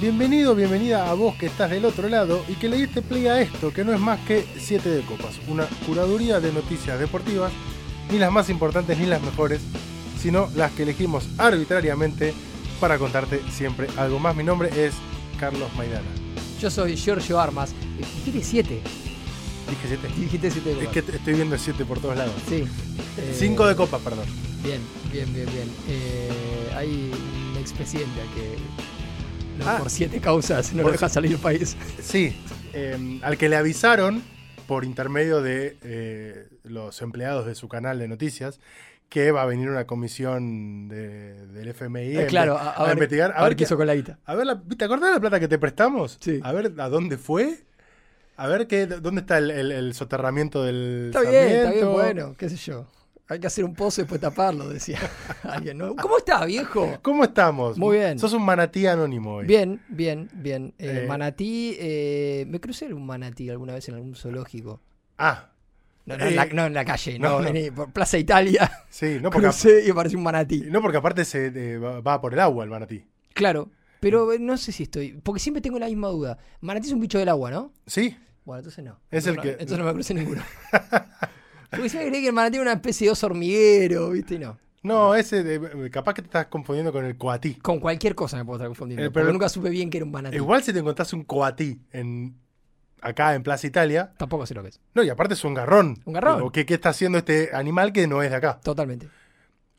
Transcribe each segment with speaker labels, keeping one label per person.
Speaker 1: Bienvenido, bienvenida a vos que estás del otro lado y que le diste play a esto, que no es más que 7 de copas, una curaduría de noticias deportivas, ni las más importantes ni las mejores, sino las que elegimos arbitrariamente para contarte siempre algo más. Mi nombre es Carlos Maidana.
Speaker 2: Yo soy Giorgio Armas. Dijiste 7.
Speaker 1: Dije 7.
Speaker 2: Dijiste 7
Speaker 1: Es que te- estoy viendo 7 por todos lados.
Speaker 2: Sí. Eh,
Speaker 1: 5 de copas, perdón.
Speaker 2: Bien, bien, bien, bien. Eh, hay un expresidente al que lo-
Speaker 1: Ah.
Speaker 2: por siete causas no lo
Speaker 1: Por
Speaker 2: deja salir del país.
Speaker 1: Sí, eh, al que le avisaron por intermedio de eh, los empleados de su canal de noticias que va a venir una comisión de- del FMI
Speaker 2: Eh,
Speaker 1: a
Speaker 2: claro,
Speaker 1: inve-
Speaker 2: a,
Speaker 1: a
Speaker 2: ver,
Speaker 1: investigar.
Speaker 2: a ver qué
Speaker 1: qué-
Speaker 2: hizo con la guita.
Speaker 1: a ver la, ¿Te acordás de la plata que te prestamos?
Speaker 2: Sí.
Speaker 1: A ver a dónde fue. A ver qué, dónde está el, el- el soterramiento del.
Speaker 2: Está bien, está bien,
Speaker 1: Sarmiento.
Speaker 2: bueno, qué sé yo. Hay que hacer un pozo y después taparlo, decía alguien. ¿no? ¿Cómo está, viejo?
Speaker 1: ¿Cómo estamos?
Speaker 2: Muy bien.
Speaker 1: Sos un manatí anónimo hoy.
Speaker 2: Bien, bien, bien. Eh,
Speaker 1: Eh.
Speaker 2: manatí, eh, me crucé un manatí alguna vez en algún zoológico.
Speaker 1: Ah,
Speaker 2: No, no en, la,
Speaker 1: Eh.
Speaker 2: no en la calle, no,
Speaker 1: No, no.
Speaker 2: en eh, por Plaza Italia.
Speaker 1: sí, no porque,
Speaker 2: crucé y apareció un manatí.
Speaker 1: no porque aparte se, eh, va, va por el agua el manatí.
Speaker 2: Claro, pero eh, no sé si estoy. Porque siempre tengo la misma duda. Manatí es un bicho del agua, ¿no?
Speaker 1: Sí,
Speaker 2: Bueno, entonces no.
Speaker 1: Es
Speaker 2: Entonces
Speaker 1: el
Speaker 2: no,
Speaker 1: que-
Speaker 2: Entonces no me crucé ninguno. Porque siempre creí que el manatí era una especie de oso hormiguero, ¿viste? Y no.
Speaker 1: No, ese de- capaz que te estás confundiendo con el coatí.
Speaker 2: Con cualquier cosa me puedo estar confundiendo.
Speaker 1: Eh, pero-
Speaker 2: pero nunca supe bien que era un manatí.
Speaker 1: Igual si te encontrás un coatí en acá en Plaza Italia,
Speaker 2: Tampoco sé lo que es.
Speaker 1: no, y aparte es un garrón.
Speaker 2: Un garrón.
Speaker 1: Digo, ¿Qué, qué está haciendo este animal que no es de acá?
Speaker 2: Totalmente.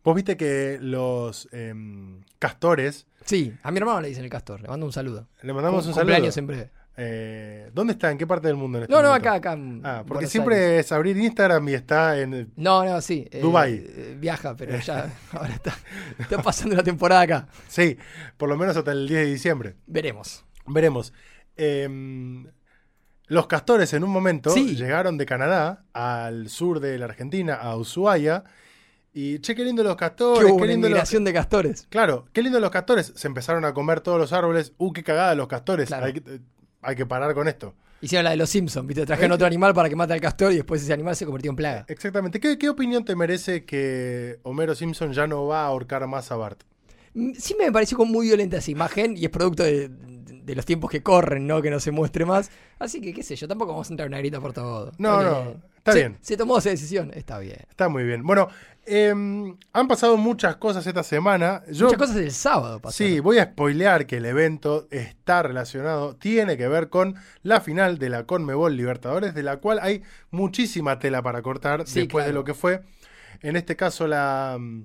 Speaker 1: Vos viste que los em, castores,
Speaker 2: Sí, a mi hermano le dicen el castor. Le mando un saludo.
Speaker 1: le mandamos
Speaker 2: Cum-
Speaker 1: un saludo.
Speaker 2: cumpleaños en breve.
Speaker 1: Eh, ¿Dónde está? ¿En qué parte del mundo? en este
Speaker 2: No, no,
Speaker 1: momento?
Speaker 2: acá, acá. en
Speaker 1: Ah, porque
Speaker 2: Buenos
Speaker 1: siempre
Speaker 2: Aires.
Speaker 1: es abrir Instagram y está en...
Speaker 2: No, no, sí. eh,
Speaker 1: Dubái.
Speaker 2: eh, viaja, pero ya. Ahora está, está pasando la temporada acá.
Speaker 1: Sí, por lo menos hasta el 10 de diciembre.
Speaker 2: Veremos.
Speaker 1: Veremos. Em, los castores en un momento
Speaker 2: Sí.
Speaker 1: llegaron de Canadá al sur de la Argentina, a Ushuaia. Y che, qué lindo los
Speaker 2: Qué
Speaker 1: castores,
Speaker 2: hubo
Speaker 1: qué
Speaker 2: una
Speaker 1: lindo los-
Speaker 2: inmigración de castores.
Speaker 1: Claro, qué lindo los castores. Se empezaron a comer todos los árboles. Uh, qué cagada los castores.
Speaker 2: Claro.
Speaker 1: Hay, que, eh, hay que parar con esto.
Speaker 2: Hicieron la de los Simpsons, ¿viste? Trajeron otro animal para que mate al castor y después ese animal se convirtió en plaga.
Speaker 1: Exactamente. ¿Qué, qué opinión te merece que Homero Simpson ya no va a ahorcar más a Bart?
Speaker 2: Mm, Sí me pareció como muy violenta esa imagen y es producto de, de los tiempos que corren, ¿no? Que no se muestre más. Así que, qué sé yo, tampoco vamos a entrar en una grita por todo.
Speaker 1: No, no, está
Speaker 2: Se-
Speaker 1: bien.
Speaker 2: Se tomó esa decisión, está bien.
Speaker 1: Está muy bien. Bueno, em, han pasado muchas cosas esta semana. Yo,
Speaker 2: Muchas cosas del sábado pasaron.
Speaker 1: Sí, voy a spoilear que el evento está relacionado, tiene que ver con la final de la Conmebol Libertadores, de la cual hay muchísima tela para cortar
Speaker 2: Sí,
Speaker 1: después de
Speaker 2: claro.
Speaker 1: lo que fue, en este caso, la, mm,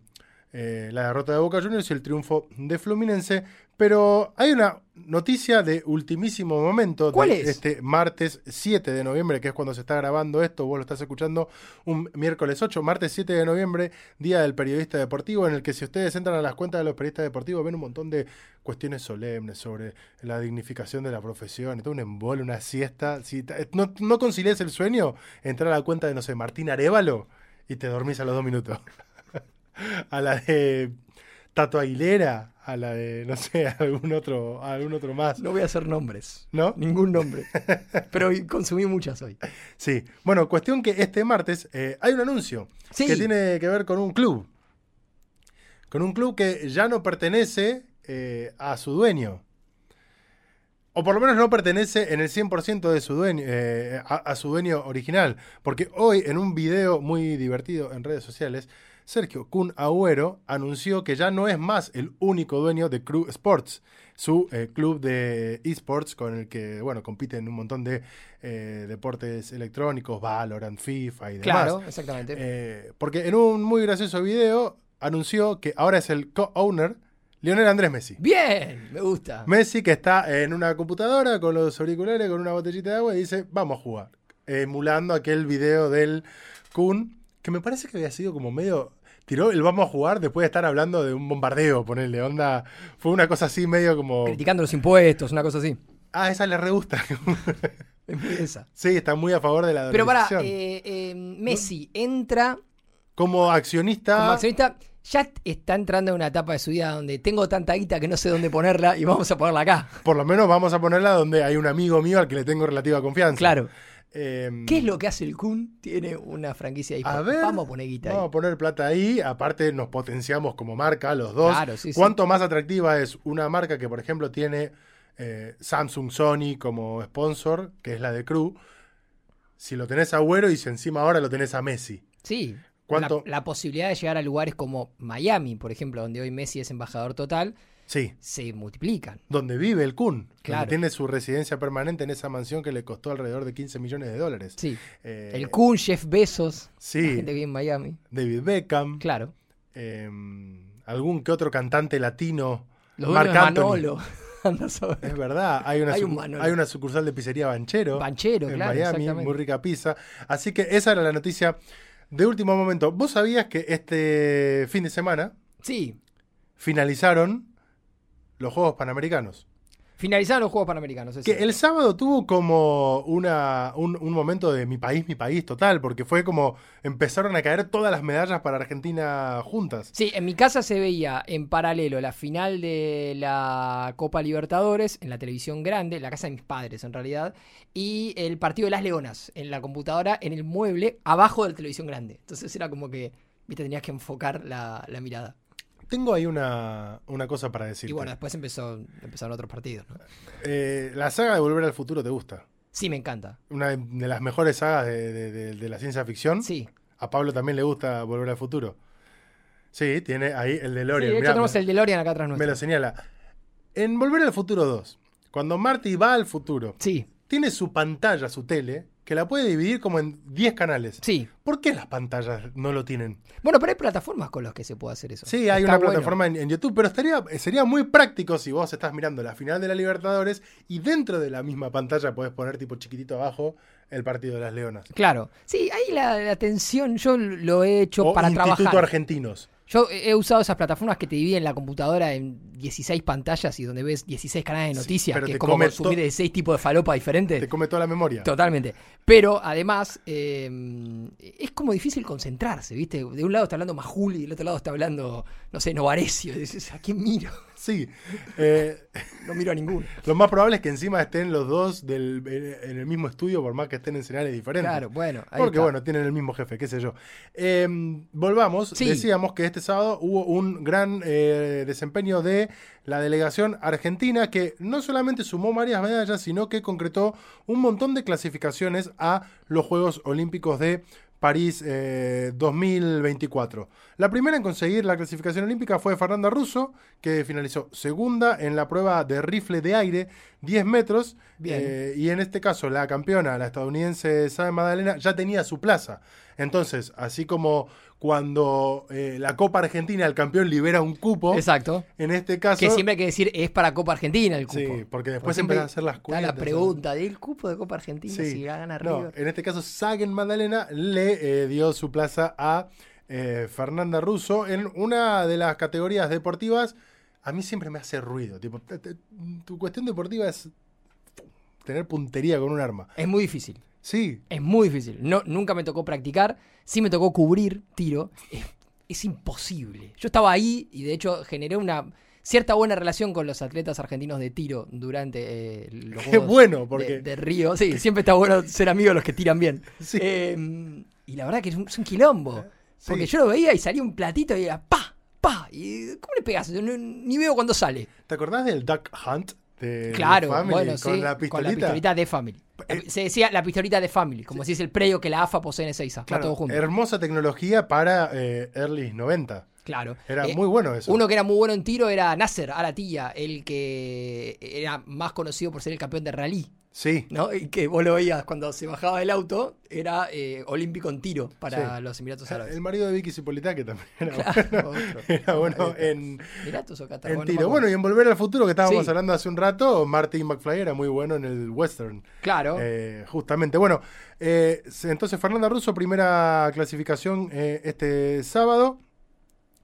Speaker 1: eh, la derrota de Boca Juniors y el triunfo de Fluminense. Pero hay una noticia de ultimísimo momento
Speaker 2: ¿Cuál
Speaker 1: de
Speaker 2: es?
Speaker 1: este martes 7 de noviembre, que es cuando se está grabando esto, vos lo estás escuchando un miércoles 8, martes 7 de noviembre, Día del Periodista Deportivo, en el que si ustedes entran a las cuentas de los periodistas deportivos ven un montón de cuestiones solemnes sobre la dignificación de la profesión, y todo un embole, una siesta. Si ta- eh, no, no concilias el sueño, entrar a la cuenta de, no sé, Martín Arevalo y te dormís a los dos minutos. a la de Tato Aguilera, a la de, no sé, algún otro, algún otro más.
Speaker 2: No voy a hacer nombres.
Speaker 1: ¿No?
Speaker 2: Ningún nombre. Pero consumí muchas hoy.
Speaker 1: Sí. Bueno, cuestión que este martes eh, hay un anuncio
Speaker 2: Sí.
Speaker 1: que tiene que ver con un club. Con un club que ya no pertenece eh, a su dueño. O por lo menos no pertenece en el 100% de su dueño, eh, a, a su dueño original. Porque hoy, en un video muy divertido en redes sociales, Sergio Kun Agüero anunció que ya no es más el único dueño de Crew Sports, su eh, club de esports con el que, bueno, compiten un montón de eh, deportes electrónicos, Valorant, FIFA y demás.
Speaker 2: Claro, exactamente.
Speaker 1: Eh, porque en un muy gracioso video anunció que ahora es el co-owner Lionel Andrés Messi.
Speaker 2: Bien, me gusta.
Speaker 1: Messi que está en una computadora con los auriculares, con una botellita de agua y dice, vamos a jugar. Emulando aquel video del Kun, que me parece que había sido como medio... Tiró el vamos a jugar después de estar hablando de un bombardeo, ponerle onda. Fue una cosa así medio como...
Speaker 2: Criticando los impuestos, una cosa así.
Speaker 1: Ah, esa le re gusta.
Speaker 2: Es muy esa.
Speaker 1: sí, está muy a favor de la
Speaker 2: Pero eh, para,
Speaker 1: adolescencia.
Speaker 2: Messi entra
Speaker 1: Como accionista...
Speaker 2: como accionista, ya t- está entrando en una etapa de su vida donde tengo tanta guita que no sé dónde ponerla y vamos a ponerla acá.
Speaker 1: Por lo menos vamos a ponerla donde hay un amigo mío al que le tengo relativa confianza.
Speaker 2: Claro.
Speaker 1: Em,
Speaker 2: ¿Qué es lo que hace el Kun? Tiene una franquicia ahí.
Speaker 1: A ver,
Speaker 2: vamos a poner guita
Speaker 1: Vamos
Speaker 2: ahí.
Speaker 1: a poner plata ahí, aparte nos potenciamos como marca los dos.
Speaker 2: Claro, sí, sí.
Speaker 1: ¿Cuánto más atractiva es una marca que, por ejemplo, tiene eh, Samsung Sony como sponsor, que es la de Crew. Si lo tenés a Güero y si encima ahora lo tenés a Messi.
Speaker 2: Sí.
Speaker 1: ¿Cuánto?
Speaker 2: La, la posibilidad de llegar a lugares como Miami, por ejemplo, donde hoy Messi es embajador total,
Speaker 1: Sí,
Speaker 2: se multiplican.
Speaker 1: donde vive el Kun,
Speaker 2: Claro.
Speaker 1: donde tiene su residencia permanente en esa mansión que le costó alrededor de 15 millones de dólares.
Speaker 2: Sí.
Speaker 1: Eh,
Speaker 2: El Kun, Jeff Bezos, la
Speaker 1: Sí,
Speaker 2: gente que vive en Miami.
Speaker 1: David Beckham,
Speaker 2: Claro.
Speaker 1: eh, algún que otro cantante latino.
Speaker 2: Los
Speaker 1: Marc
Speaker 2: dueños de
Speaker 1: Anthony.
Speaker 2: Manolo. Anda a saber.
Speaker 1: Es verdad, hay una,
Speaker 2: Hay
Speaker 1: sucu-
Speaker 2: un Manolo.
Speaker 1: hay una sucursal de pizzería Banchero
Speaker 2: Banchero,
Speaker 1: en
Speaker 2: claro,
Speaker 1: Miami,
Speaker 2: exactamente.
Speaker 1: muy rica pizza. Así que esa era la noticia de último momento. ¿Vos sabías que este fin de semana
Speaker 2: Sí.
Speaker 1: finalizaron los Juegos Panamericanos?
Speaker 2: Finalizaron los Juegos Panamericanos. es
Speaker 1: Que
Speaker 2: cierto.
Speaker 1: el sábado tuvo como una, un, un momento de mi país, mi país total, porque fue como empezaron a caer todas las medallas para Argentina juntas.
Speaker 2: Sí, en mi casa se veía en paralelo la final de la Copa Libertadores en la televisión grande, en la casa de mis padres en realidad, y el partido de las Leonas en la computadora, en el mueble, abajo de la televisión grande. Entonces era como que, viste, tenías que enfocar la, la mirada.
Speaker 1: Tengo ahí una, una cosa para decir.
Speaker 2: Y bueno, después empezó, empezaron otros partidos, ¿no?
Speaker 1: Eh, la saga de Volver al Futuro te gusta.
Speaker 2: Sí, me encanta.
Speaker 1: Una de, de las mejores sagas de, de- de- de la ciencia ficción.
Speaker 2: Sí.
Speaker 1: A Pablo también le gusta Volver al Futuro. Sí, tiene ahí el
Speaker 2: Sí,
Speaker 1: DeLorean.
Speaker 2: de hecho
Speaker 1: Mirá,
Speaker 2: tenemos
Speaker 1: me,
Speaker 2: el DeLorean acá atrás
Speaker 1: me
Speaker 2: nuestro.
Speaker 1: lo señala. En Volver al Futuro 2, cuando Marty va al futuro,
Speaker 2: Sí,
Speaker 1: tiene su pantalla, su tele, que la puede dividir como en 10 canales.
Speaker 2: sí.
Speaker 1: ¿Por qué las pantallas no lo tienen?
Speaker 2: Bueno, pero hay plataformas con las que se puede hacer eso.
Speaker 1: Sí, hay
Speaker 2: Está
Speaker 1: una
Speaker 2: bueno.
Speaker 1: plataforma en, en YouTube, pero estaría, sería muy práctico si vos estás mirando la final de la Libertadores y dentro de la misma pantalla podés poner tipo chiquitito abajo el partido de las Leonas.
Speaker 2: Claro. Sí, ahí la, la tensión yo lo he hecho
Speaker 1: o
Speaker 2: para
Speaker 1: Instituto
Speaker 2: trabajar.
Speaker 1: Argentinos.
Speaker 2: Yo he usado esas plataformas que te dividen la computadora en 16 pantallas y donde ves 16 canales de
Speaker 1: Sí,
Speaker 2: noticias,
Speaker 1: pero
Speaker 2: que
Speaker 1: te
Speaker 2: es como
Speaker 1: come
Speaker 2: consumir
Speaker 1: to-
Speaker 2: 16 tipos de falopa diferentes.
Speaker 1: Te come toda la memoria.
Speaker 2: Totalmente. Pero además, eh, es como difícil concentrarse, ¿viste? De un lado está hablando Majuli, del otro lado está hablando, no sé, Novarecio. Y dices, ¿a quién miro?
Speaker 1: Sí. Eh,
Speaker 2: No miro a ninguno.
Speaker 1: lo más probable es que encima estén los dos del- en en el mismo estudio, por más que estén en escenarios diferentes.
Speaker 2: Claro, bueno. ahí
Speaker 1: Porque
Speaker 2: está.
Speaker 1: bueno, tienen el mismo jefe, qué sé yo. Eh, volvamos,
Speaker 2: Sí.
Speaker 1: decíamos que este sábado hubo un gran eh, desempeño de la delegación argentina que no solamente sumó varias medallas, sino que concretó un montón de clasificaciones a los Juegos Olímpicos de París eh, 2024. La primera en conseguir la clasificación olímpica fue Fernanda Russo, que finalizó segunda en la prueba de rifle de aire, 10 metros.
Speaker 2: Bien.
Speaker 1: Eh, y en este caso, la campeona, la estadounidense Sabe Magdalena, ya tenía su plaza. Entonces, así como cuando eh, la Copa Argentina, el campeón libera un cupo,
Speaker 2: Exacto.
Speaker 1: en este caso.
Speaker 2: Que siempre hay que decir, es para Copa Argentina el cupo.
Speaker 1: Sí, porque después
Speaker 2: siempre
Speaker 1: empezás a hacer las
Speaker 2: Está
Speaker 1: cuentas.
Speaker 2: la pregunta del cupo de Copa Argentina,
Speaker 1: Sí.
Speaker 2: si la gana
Speaker 1: No,
Speaker 2: River.
Speaker 1: en este caso, Sagen Magdalena le eh, dio su plaza a eh, Fernanda Russo en una de las categorías deportivas. A mí siempre me hace ruido. tipo, te- te- tu cuestión deportiva es tener puntería con un arma.
Speaker 2: Es muy difícil.
Speaker 1: Sí,
Speaker 2: Es muy difícil. No, nunca me tocó practicar. Sí me tocó cubrir tiro. Es, es imposible. Yo estaba ahí y de hecho generé una cierta buena relación con los atletas argentinos de tiro durante eh, los
Speaker 1: Qué
Speaker 2: Juegos
Speaker 1: bueno,
Speaker 2: de-
Speaker 1: porque
Speaker 2: de, Río. Sí, siempre está bueno ser amigo de los que tiran bien.
Speaker 1: Sí.
Speaker 2: Eh, y la verdad que es un, es un quilombo.
Speaker 1: Sí.
Speaker 2: Porque yo lo veía y salía un platito y era pa, pa. Y, ¿Cómo le pegas? Yo no- ni veo cuando sale.
Speaker 1: ¿te acordás del Duck Hunt? De
Speaker 2: Claro,
Speaker 1: de Family
Speaker 2: bueno,
Speaker 1: con,
Speaker 2: sí,
Speaker 1: la
Speaker 2: con
Speaker 1: pistolita?
Speaker 2: la pistolita de Family.
Speaker 1: Eh,
Speaker 2: Se decía la pistolita de Family, como si es el predio que la AFA posee en Ezeiza. Va
Speaker 1: Claro,
Speaker 2: todo junto.
Speaker 1: hermosa tecnología para eh, early 90.
Speaker 2: Claro.
Speaker 1: Era
Speaker 2: Eh,
Speaker 1: muy bueno eso.
Speaker 2: Uno que era muy bueno en tiro era Nasser Alatilla, el que era más conocido por ser el campeón de rally,
Speaker 1: sí,
Speaker 2: ¿no? Y que vos lo veías cuando se bajaba del auto, era eh, olímpico en tiro para
Speaker 1: Sí. Eh,
Speaker 2: los Emiratos Árabes.
Speaker 1: el marido de Vicky Cipolita que también era, bueno,
Speaker 2: Claro, otro.
Speaker 1: era bueno en,
Speaker 2: Emiratos o Qatar,
Speaker 1: en
Speaker 2: bueno, no me
Speaker 1: tiro.
Speaker 2: acuerdo.
Speaker 1: Bueno, y en Volver al Futuro que estábamos
Speaker 2: Sí.
Speaker 1: hablando hace un rato, Martin McFly era muy bueno en el western.
Speaker 2: claro.
Speaker 1: Eh, justamente. Bueno, eh, entonces Fernanda Russo, primera clasificación eh, este sábado.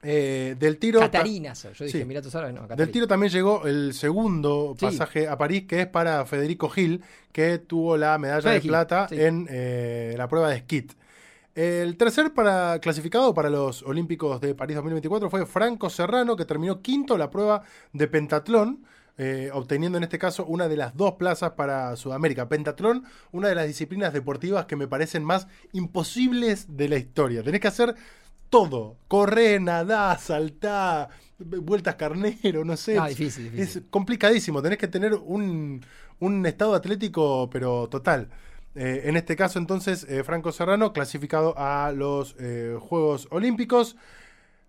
Speaker 1: Eh, del tiro.
Speaker 2: Catarinas, yo dije
Speaker 1: sí.
Speaker 2: Emiratos Árabes, no,
Speaker 1: Del
Speaker 2: Catarí.
Speaker 1: tiro también llegó el segundo
Speaker 2: Sí.
Speaker 1: pasaje a París, que es para Federico Gil, que tuvo la medalla
Speaker 2: Fede
Speaker 1: de
Speaker 2: Gil,
Speaker 1: plata
Speaker 2: sí.
Speaker 1: en eh, la prueba de skit. El tercer para, clasificado para los Olímpicos de París 2024 fue Franco Serrano, que terminó quinto la prueba de pentatlón, eh, obteniendo en este caso una de las dos plazas para Sudamérica. Pentatlón, una de las disciplinas deportivas que me parecen más imposibles de la historia. Tenés que hacer todo. Corré, nadá, saltá, vueltas carnero, no sé.
Speaker 2: No, difícil, difícil.
Speaker 1: Es complicadísimo, tenés que tener un, un estado atlético, pero total. Eh, en este caso, entonces, eh, Franco Serrano, clasificado a los eh, Juegos Olímpicos.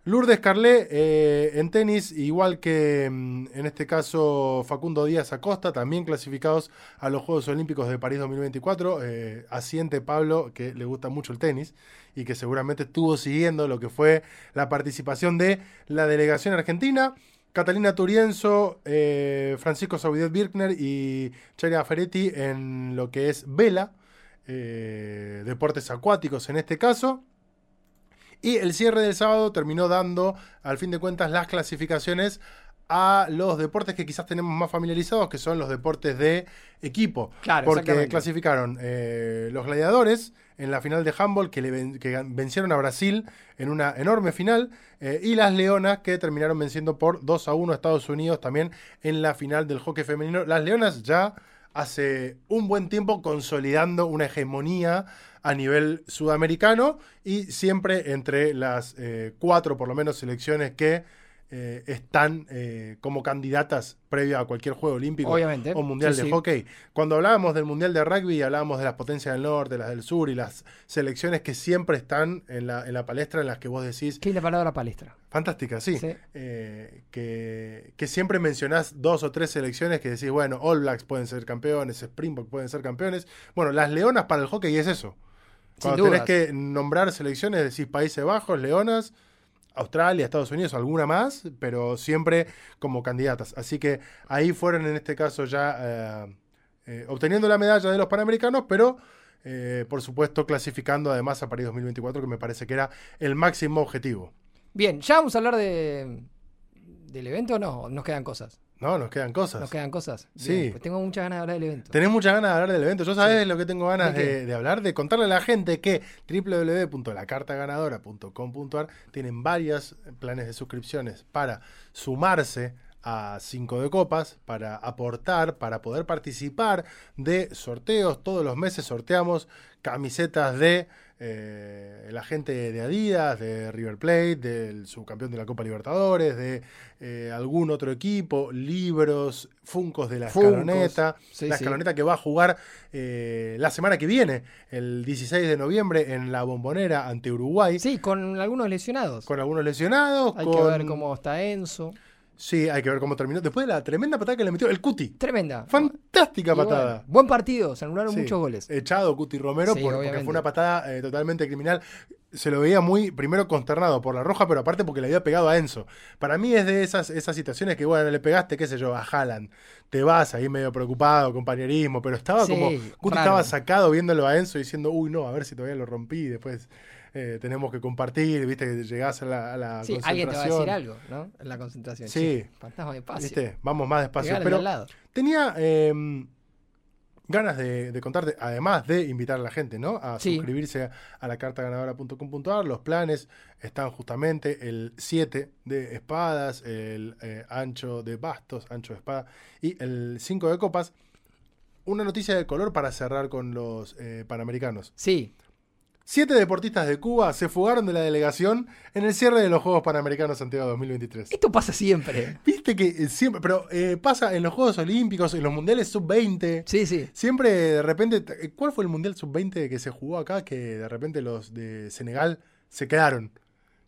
Speaker 1: Lourdes Carlé eh, en tenis, igual que mm, en este caso Facundo Díaz Acosta, también clasificados a los Juegos Olímpicos de París 2024. Eh, asiente Pablo, que le gusta mucho el tenis y que seguramente estuvo siguiendo lo que fue la participación de la delegación argentina. Catalina Turienzo, eh, Francisco Saudet Birkner y Charia Ferretti en lo que es vela, eh, deportes acuáticos en este caso. Y el cierre del sábado terminó dando, al fin de cuentas, las clasificaciones a los deportes que quizás tenemos más familiarizados, que son los deportes de equipo.
Speaker 2: Claro,
Speaker 1: porque
Speaker 2: exactamente.
Speaker 1: clasificaron eh, los gladiadores en la final de handball, que, le ven- que gan- vencieron a Brasil en una enorme final, eh, y las leonas, que terminaron venciendo por 2 a 1 a Estados Unidos también en la final del hockey femenino. Las leonas ya hace un buen tiempo consolidando una hegemonía a nivel sudamericano y siempre entre las eh, cuatro, por lo menos, selecciones que eh, están eh, como candidatas previa a cualquier juego olímpico
Speaker 2: Obviamente.
Speaker 1: o mundial
Speaker 2: Sí,
Speaker 1: de
Speaker 2: sí.
Speaker 1: hockey. Cuando hablábamos del mundial de rugby, hablábamos de las potencias del norte, las del sur y las selecciones que siempre están en la, en la palestra, en las que vos decís,
Speaker 2: Qué linda palabra palestra.
Speaker 1: fantástica, sí.
Speaker 2: Sí.
Speaker 1: Eh, que, que siempre mencionás dos o tres selecciones que decís, bueno, All Blacks pueden ser campeones, Springbok pueden ser campeones. Bueno, las leonas para el hockey es eso.
Speaker 2: Sin
Speaker 1: Cuando tenés
Speaker 2: dudas.
Speaker 1: que nombrar selecciones, decís Países Bajos, Leonas, Australia, Estados Unidos, alguna más, pero siempre como candidatas. Así que ahí fueron en este caso ya eh, eh, obteniendo la medalla de los Panamericanos, pero eh, por supuesto clasificando además a París 2024, que me parece que era el máximo objetivo.
Speaker 2: Bien, ya vamos a hablar de del evento o no, nos quedan cosas.
Speaker 1: No, nos quedan cosas.
Speaker 2: Nos quedan cosas.
Speaker 1: Sí.
Speaker 2: Bien, pues tengo muchas ganas de hablar del evento.
Speaker 1: Tenés muchas ganas de hablar del evento. Yo sabés lo que tengo ganas
Speaker 2: ¿De qué?
Speaker 1: de, de hablar, de contarle a la gente que www.lacartaganadora.com.ar tienen varios planes de suscripciones para sumarse a 5 de copas, para aportar, para poder participar de sorteos. Todos los meses sorteamos camisetas de eh, la gente de Adidas, de River Plate, del subcampeón de la Copa Libertadores, de eh, algún otro equipo, libros, funcos de la
Speaker 2: Funcos.
Speaker 1: escaloneta,
Speaker 2: Sí,
Speaker 1: la
Speaker 2: sí.
Speaker 1: escaloneta que va a jugar eh, la semana que viene, el 16 de noviembre, en la bombonera ante Uruguay,
Speaker 2: Sí, con algunos lesionados.
Speaker 1: con algunos lesionados.
Speaker 2: Hay que
Speaker 1: con-
Speaker 2: ver cómo está Enzo.
Speaker 1: Sí, hay que ver cómo terminó. Después de la tremenda patada que le metió el Cuti.
Speaker 2: Tremenda.
Speaker 1: Fantástica
Speaker 2: Y bueno,
Speaker 1: patada.
Speaker 2: buen partido, se anularon
Speaker 1: Sí,
Speaker 2: muchos goles.
Speaker 1: Echado Cuti Romero
Speaker 2: Sí,
Speaker 1: por- porque
Speaker 2: obviamente.
Speaker 1: fue una patada eh, totalmente criminal. Se lo veía muy, primero consternado por la roja, pero aparte porque le había pegado a Enzo. Para mí es de esas, esas situaciones que, bueno, le pegaste, qué sé yo, a Haaland. Te vas ahí medio preocupado, compañerismo, pero estaba
Speaker 2: Sí,
Speaker 1: como. Cuti
Speaker 2: raro.
Speaker 1: estaba sacado viéndolo a Enzo diciendo, uy, no, a ver si todavía lo rompí. Después eh, tenemos que compartir, viste, que llegás a la, a la
Speaker 2: Sí, alguien te va a
Speaker 1: concentración.
Speaker 2: decir algo, ¿no? En la concentración.
Speaker 1: Sí.
Speaker 2: Che, Fantasma de pase.
Speaker 1: ¿Viste? Vamos más despacio.
Speaker 2: Pegale
Speaker 1: pero
Speaker 2: al lado.
Speaker 1: Tenía eh, ganas de, de contarte, además de invitar a la gente, ¿no? A
Speaker 2: Sí.
Speaker 1: suscribirse a, a la cartaganadora.com.ar. Los planes están justamente el 7 de espadas, el eh, ancho de bastos, ancho de espada y el 5 de copas. Una noticia de color para cerrar con los eh, panamericanos.
Speaker 2: Sí,
Speaker 1: Siete deportistas de Cuba se fugaron de la delegación en el cierre de los Juegos Panamericanos Santiago 2023.
Speaker 2: esto pasa siempre.
Speaker 1: Viste que eh, siempre, pero eh, pasa en los Juegos Olímpicos, en los Mundiales Sub-20.
Speaker 2: Sí, sí.
Speaker 1: Siempre de repente, t- ¿cuál fue el Mundial Sub-20 que se jugó acá que de repente los de Senegal se quedaron?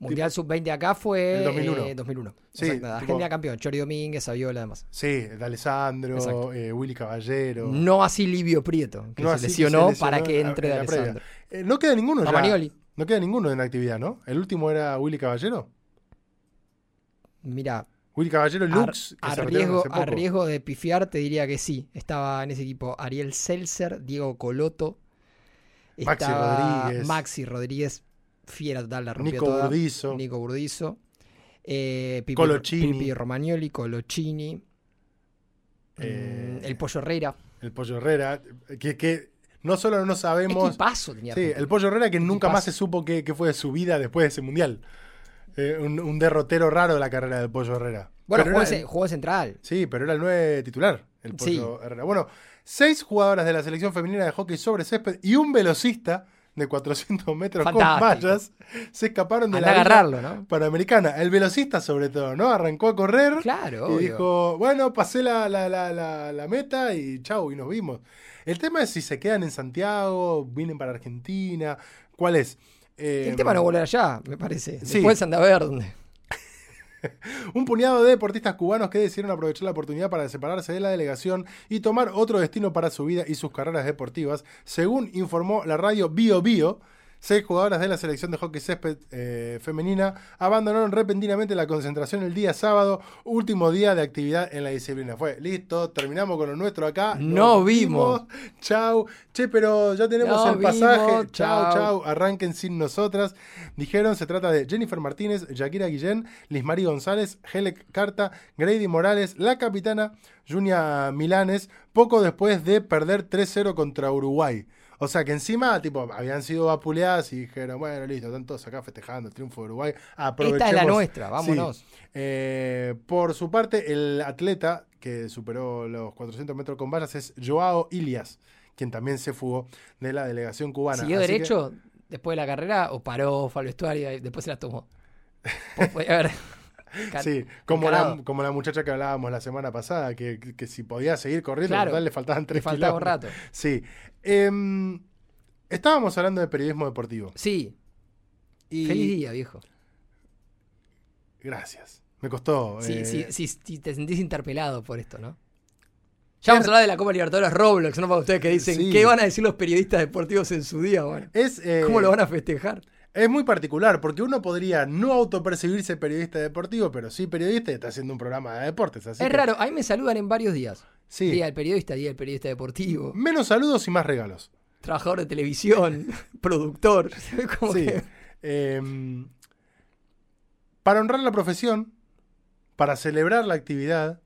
Speaker 2: Mundial Sub-20 acá fue.
Speaker 1: El 2001.
Speaker 2: eh, 2001.
Speaker 1: Sí,
Speaker 2: Exacto, Argentina
Speaker 1: tipo-
Speaker 2: campeón. Chori Domínguez, Saviola, además.
Speaker 1: Sí, de Alessandro,
Speaker 2: Exacto. Mm.
Speaker 1: eh, Willy Caballero.
Speaker 2: No así Livio Prieto, que
Speaker 1: No, así
Speaker 2: se
Speaker 1: que
Speaker 2: lesionó
Speaker 1: se
Speaker 2: para que
Speaker 1: lesionó
Speaker 2: entre
Speaker 1: en
Speaker 2: de
Speaker 1: la previa.
Speaker 2: Alessandro.
Speaker 1: Eh, no queda ninguno ya.
Speaker 2: Romagnoli.
Speaker 1: No queda ninguno en actividad, ¿no? El último era Willy Caballero.
Speaker 2: Mira,
Speaker 1: Willy Caballero y Lux, que
Speaker 2: a,
Speaker 1: se retiraron
Speaker 2: riesgo,
Speaker 1: hace
Speaker 2: a
Speaker 1: poco.
Speaker 2: riesgo de pifiar, te diría que sí. Estaba en ese equipo Ariel Seltzer, Diego Coloto,
Speaker 1: Maxi
Speaker 2: estaba
Speaker 1: Rodríguez.
Speaker 2: Maxi Rodríguez, fiera total, la rompió
Speaker 1: Nico
Speaker 2: toda.
Speaker 1: Burdizo.
Speaker 2: Nico Burdizo. Eh, Pipi,
Speaker 1: Colochini.
Speaker 2: Pipi Romagnoli, Colochini. mm,
Speaker 1: Eh,
Speaker 2: el Pollo Herrera.
Speaker 1: El Pollo Herrera, que, que no solo no sabemos...
Speaker 2: Equipazo tenía
Speaker 1: Sí,
Speaker 2: Argentina.
Speaker 1: el Pollo Herrera que nunca más
Speaker 2: Equipazo.
Speaker 1: se supo qué, qué fue de su vida después de ese mundial. Eh, un, un derrotero raro de la carrera del Pollo Herrera.
Speaker 2: Bueno,
Speaker 1: Pero
Speaker 2: jugó,
Speaker 1: era-
Speaker 2: en- jugó en central.
Speaker 1: Sí, pero era el 9 titular, el Pollo
Speaker 2: Sí.
Speaker 1: Herrera. Bueno, seis jugadoras de la selección femenina de hockey sobre césped y un velocista de 400 metros con
Speaker 2: Fantástico.
Speaker 1: vallas se escaparon de
Speaker 2: Andá a
Speaker 1: la villa
Speaker 2: agarrarlo, ¿no?
Speaker 1: panamericana. El velocista, sobre todo, ¿no? Arrancó a correr
Speaker 2: Claro,
Speaker 1: y
Speaker 2: obvio.
Speaker 1: dijo, bueno, pasé la, la- la- la- la meta y chau, y nos vimos. El tema es si se quedan en Santiago, vienen para Argentina, ¿cuál es? Eh,
Speaker 2: El tema no volver allá, me parece.
Speaker 1: sí.
Speaker 2: Después anda a ver dónde.
Speaker 1: Un puñado de deportistas cubanos que decidieron aprovechar la oportunidad para separarse de la delegación y tomar otro destino para su vida y sus carreras deportivas, según informó la radio Bio Bio. Seis jugadoras de la selección de hockey césped eh, femenina abandonaron repentinamente la concentración el día sábado, último día de actividad en la disciplina. Fue listo, terminamos con lo nuestro acá.
Speaker 2: No vimos.
Speaker 1: Chau. Che, pero ya tenemos
Speaker 2: No
Speaker 1: el pasaje.
Speaker 2: vimos,
Speaker 1: chau,
Speaker 2: chau.
Speaker 1: chau. Arranquen sin nosotras. Dijeron, se trata de Jennifer Martínez, Shakira Guillén, Lismari González, Helec Carta, Grady Morales, la capitana, Junia Milanes, poco después de perder 3-0 contra Uruguay. O sea que encima, tipo, habían sido vapuleadas y dijeron, bueno, listo, están todos acá festejando el triunfo de Uruguay. Aprovechemos.
Speaker 2: Esta es la nuestra,
Speaker 1: Sí.
Speaker 2: vámonos.
Speaker 1: Eh, por su parte, el atleta que superó los 400 metros con vallas es Joao Ilias, quien también se fugó de la delegación cubana.
Speaker 2: ¿Siguió
Speaker 1: Así que-
Speaker 2: derecho después de la carrera o paró, fue al vestuario y después se la tomó? Pues, podía haber- Ca-
Speaker 1: Sí, como la,
Speaker 2: encarado.
Speaker 1: como la muchacha que hablábamos la semana pasada, que, que si podía seguir corriendo,
Speaker 2: Claro.
Speaker 1: total, le faltaban
Speaker 2: le
Speaker 1: tres
Speaker 2: faltaba un
Speaker 1: kilómetros.
Speaker 2: rato.
Speaker 1: Sí. Em, estábamos hablando de periodismo deportivo.
Speaker 2: Sí,
Speaker 1: Y...
Speaker 2: feliz día, viejo.
Speaker 1: Gracias. Me costó.
Speaker 2: Sí,
Speaker 1: eh,
Speaker 2: sí, sí, sí, te sentís interpelado por esto, ¿no? Ya vamos a hablar de la Copa Libertadores Roblox, ¿no? Para ustedes que dicen,
Speaker 1: Sí.
Speaker 2: ¿qué van a decir los periodistas deportivos en su día, bueno?
Speaker 1: Es, eh,
Speaker 2: ¿Cómo lo van a festejar?
Speaker 1: es muy particular, porque uno podría no autopercibirse periodista deportivo, pero sí periodista y está haciendo un programa de deportes. Así
Speaker 2: es
Speaker 1: que-
Speaker 2: raro, a mí me saludan en varios días.
Speaker 1: Sí.
Speaker 2: Día del periodista, día del periodista deportivo,
Speaker 1: Menos saludos y más regalos.
Speaker 2: trabajador de televisión, productor. Como
Speaker 1: Sí.
Speaker 2: que-
Speaker 1: Em, para honrar la profesión, para celebrar la actividad,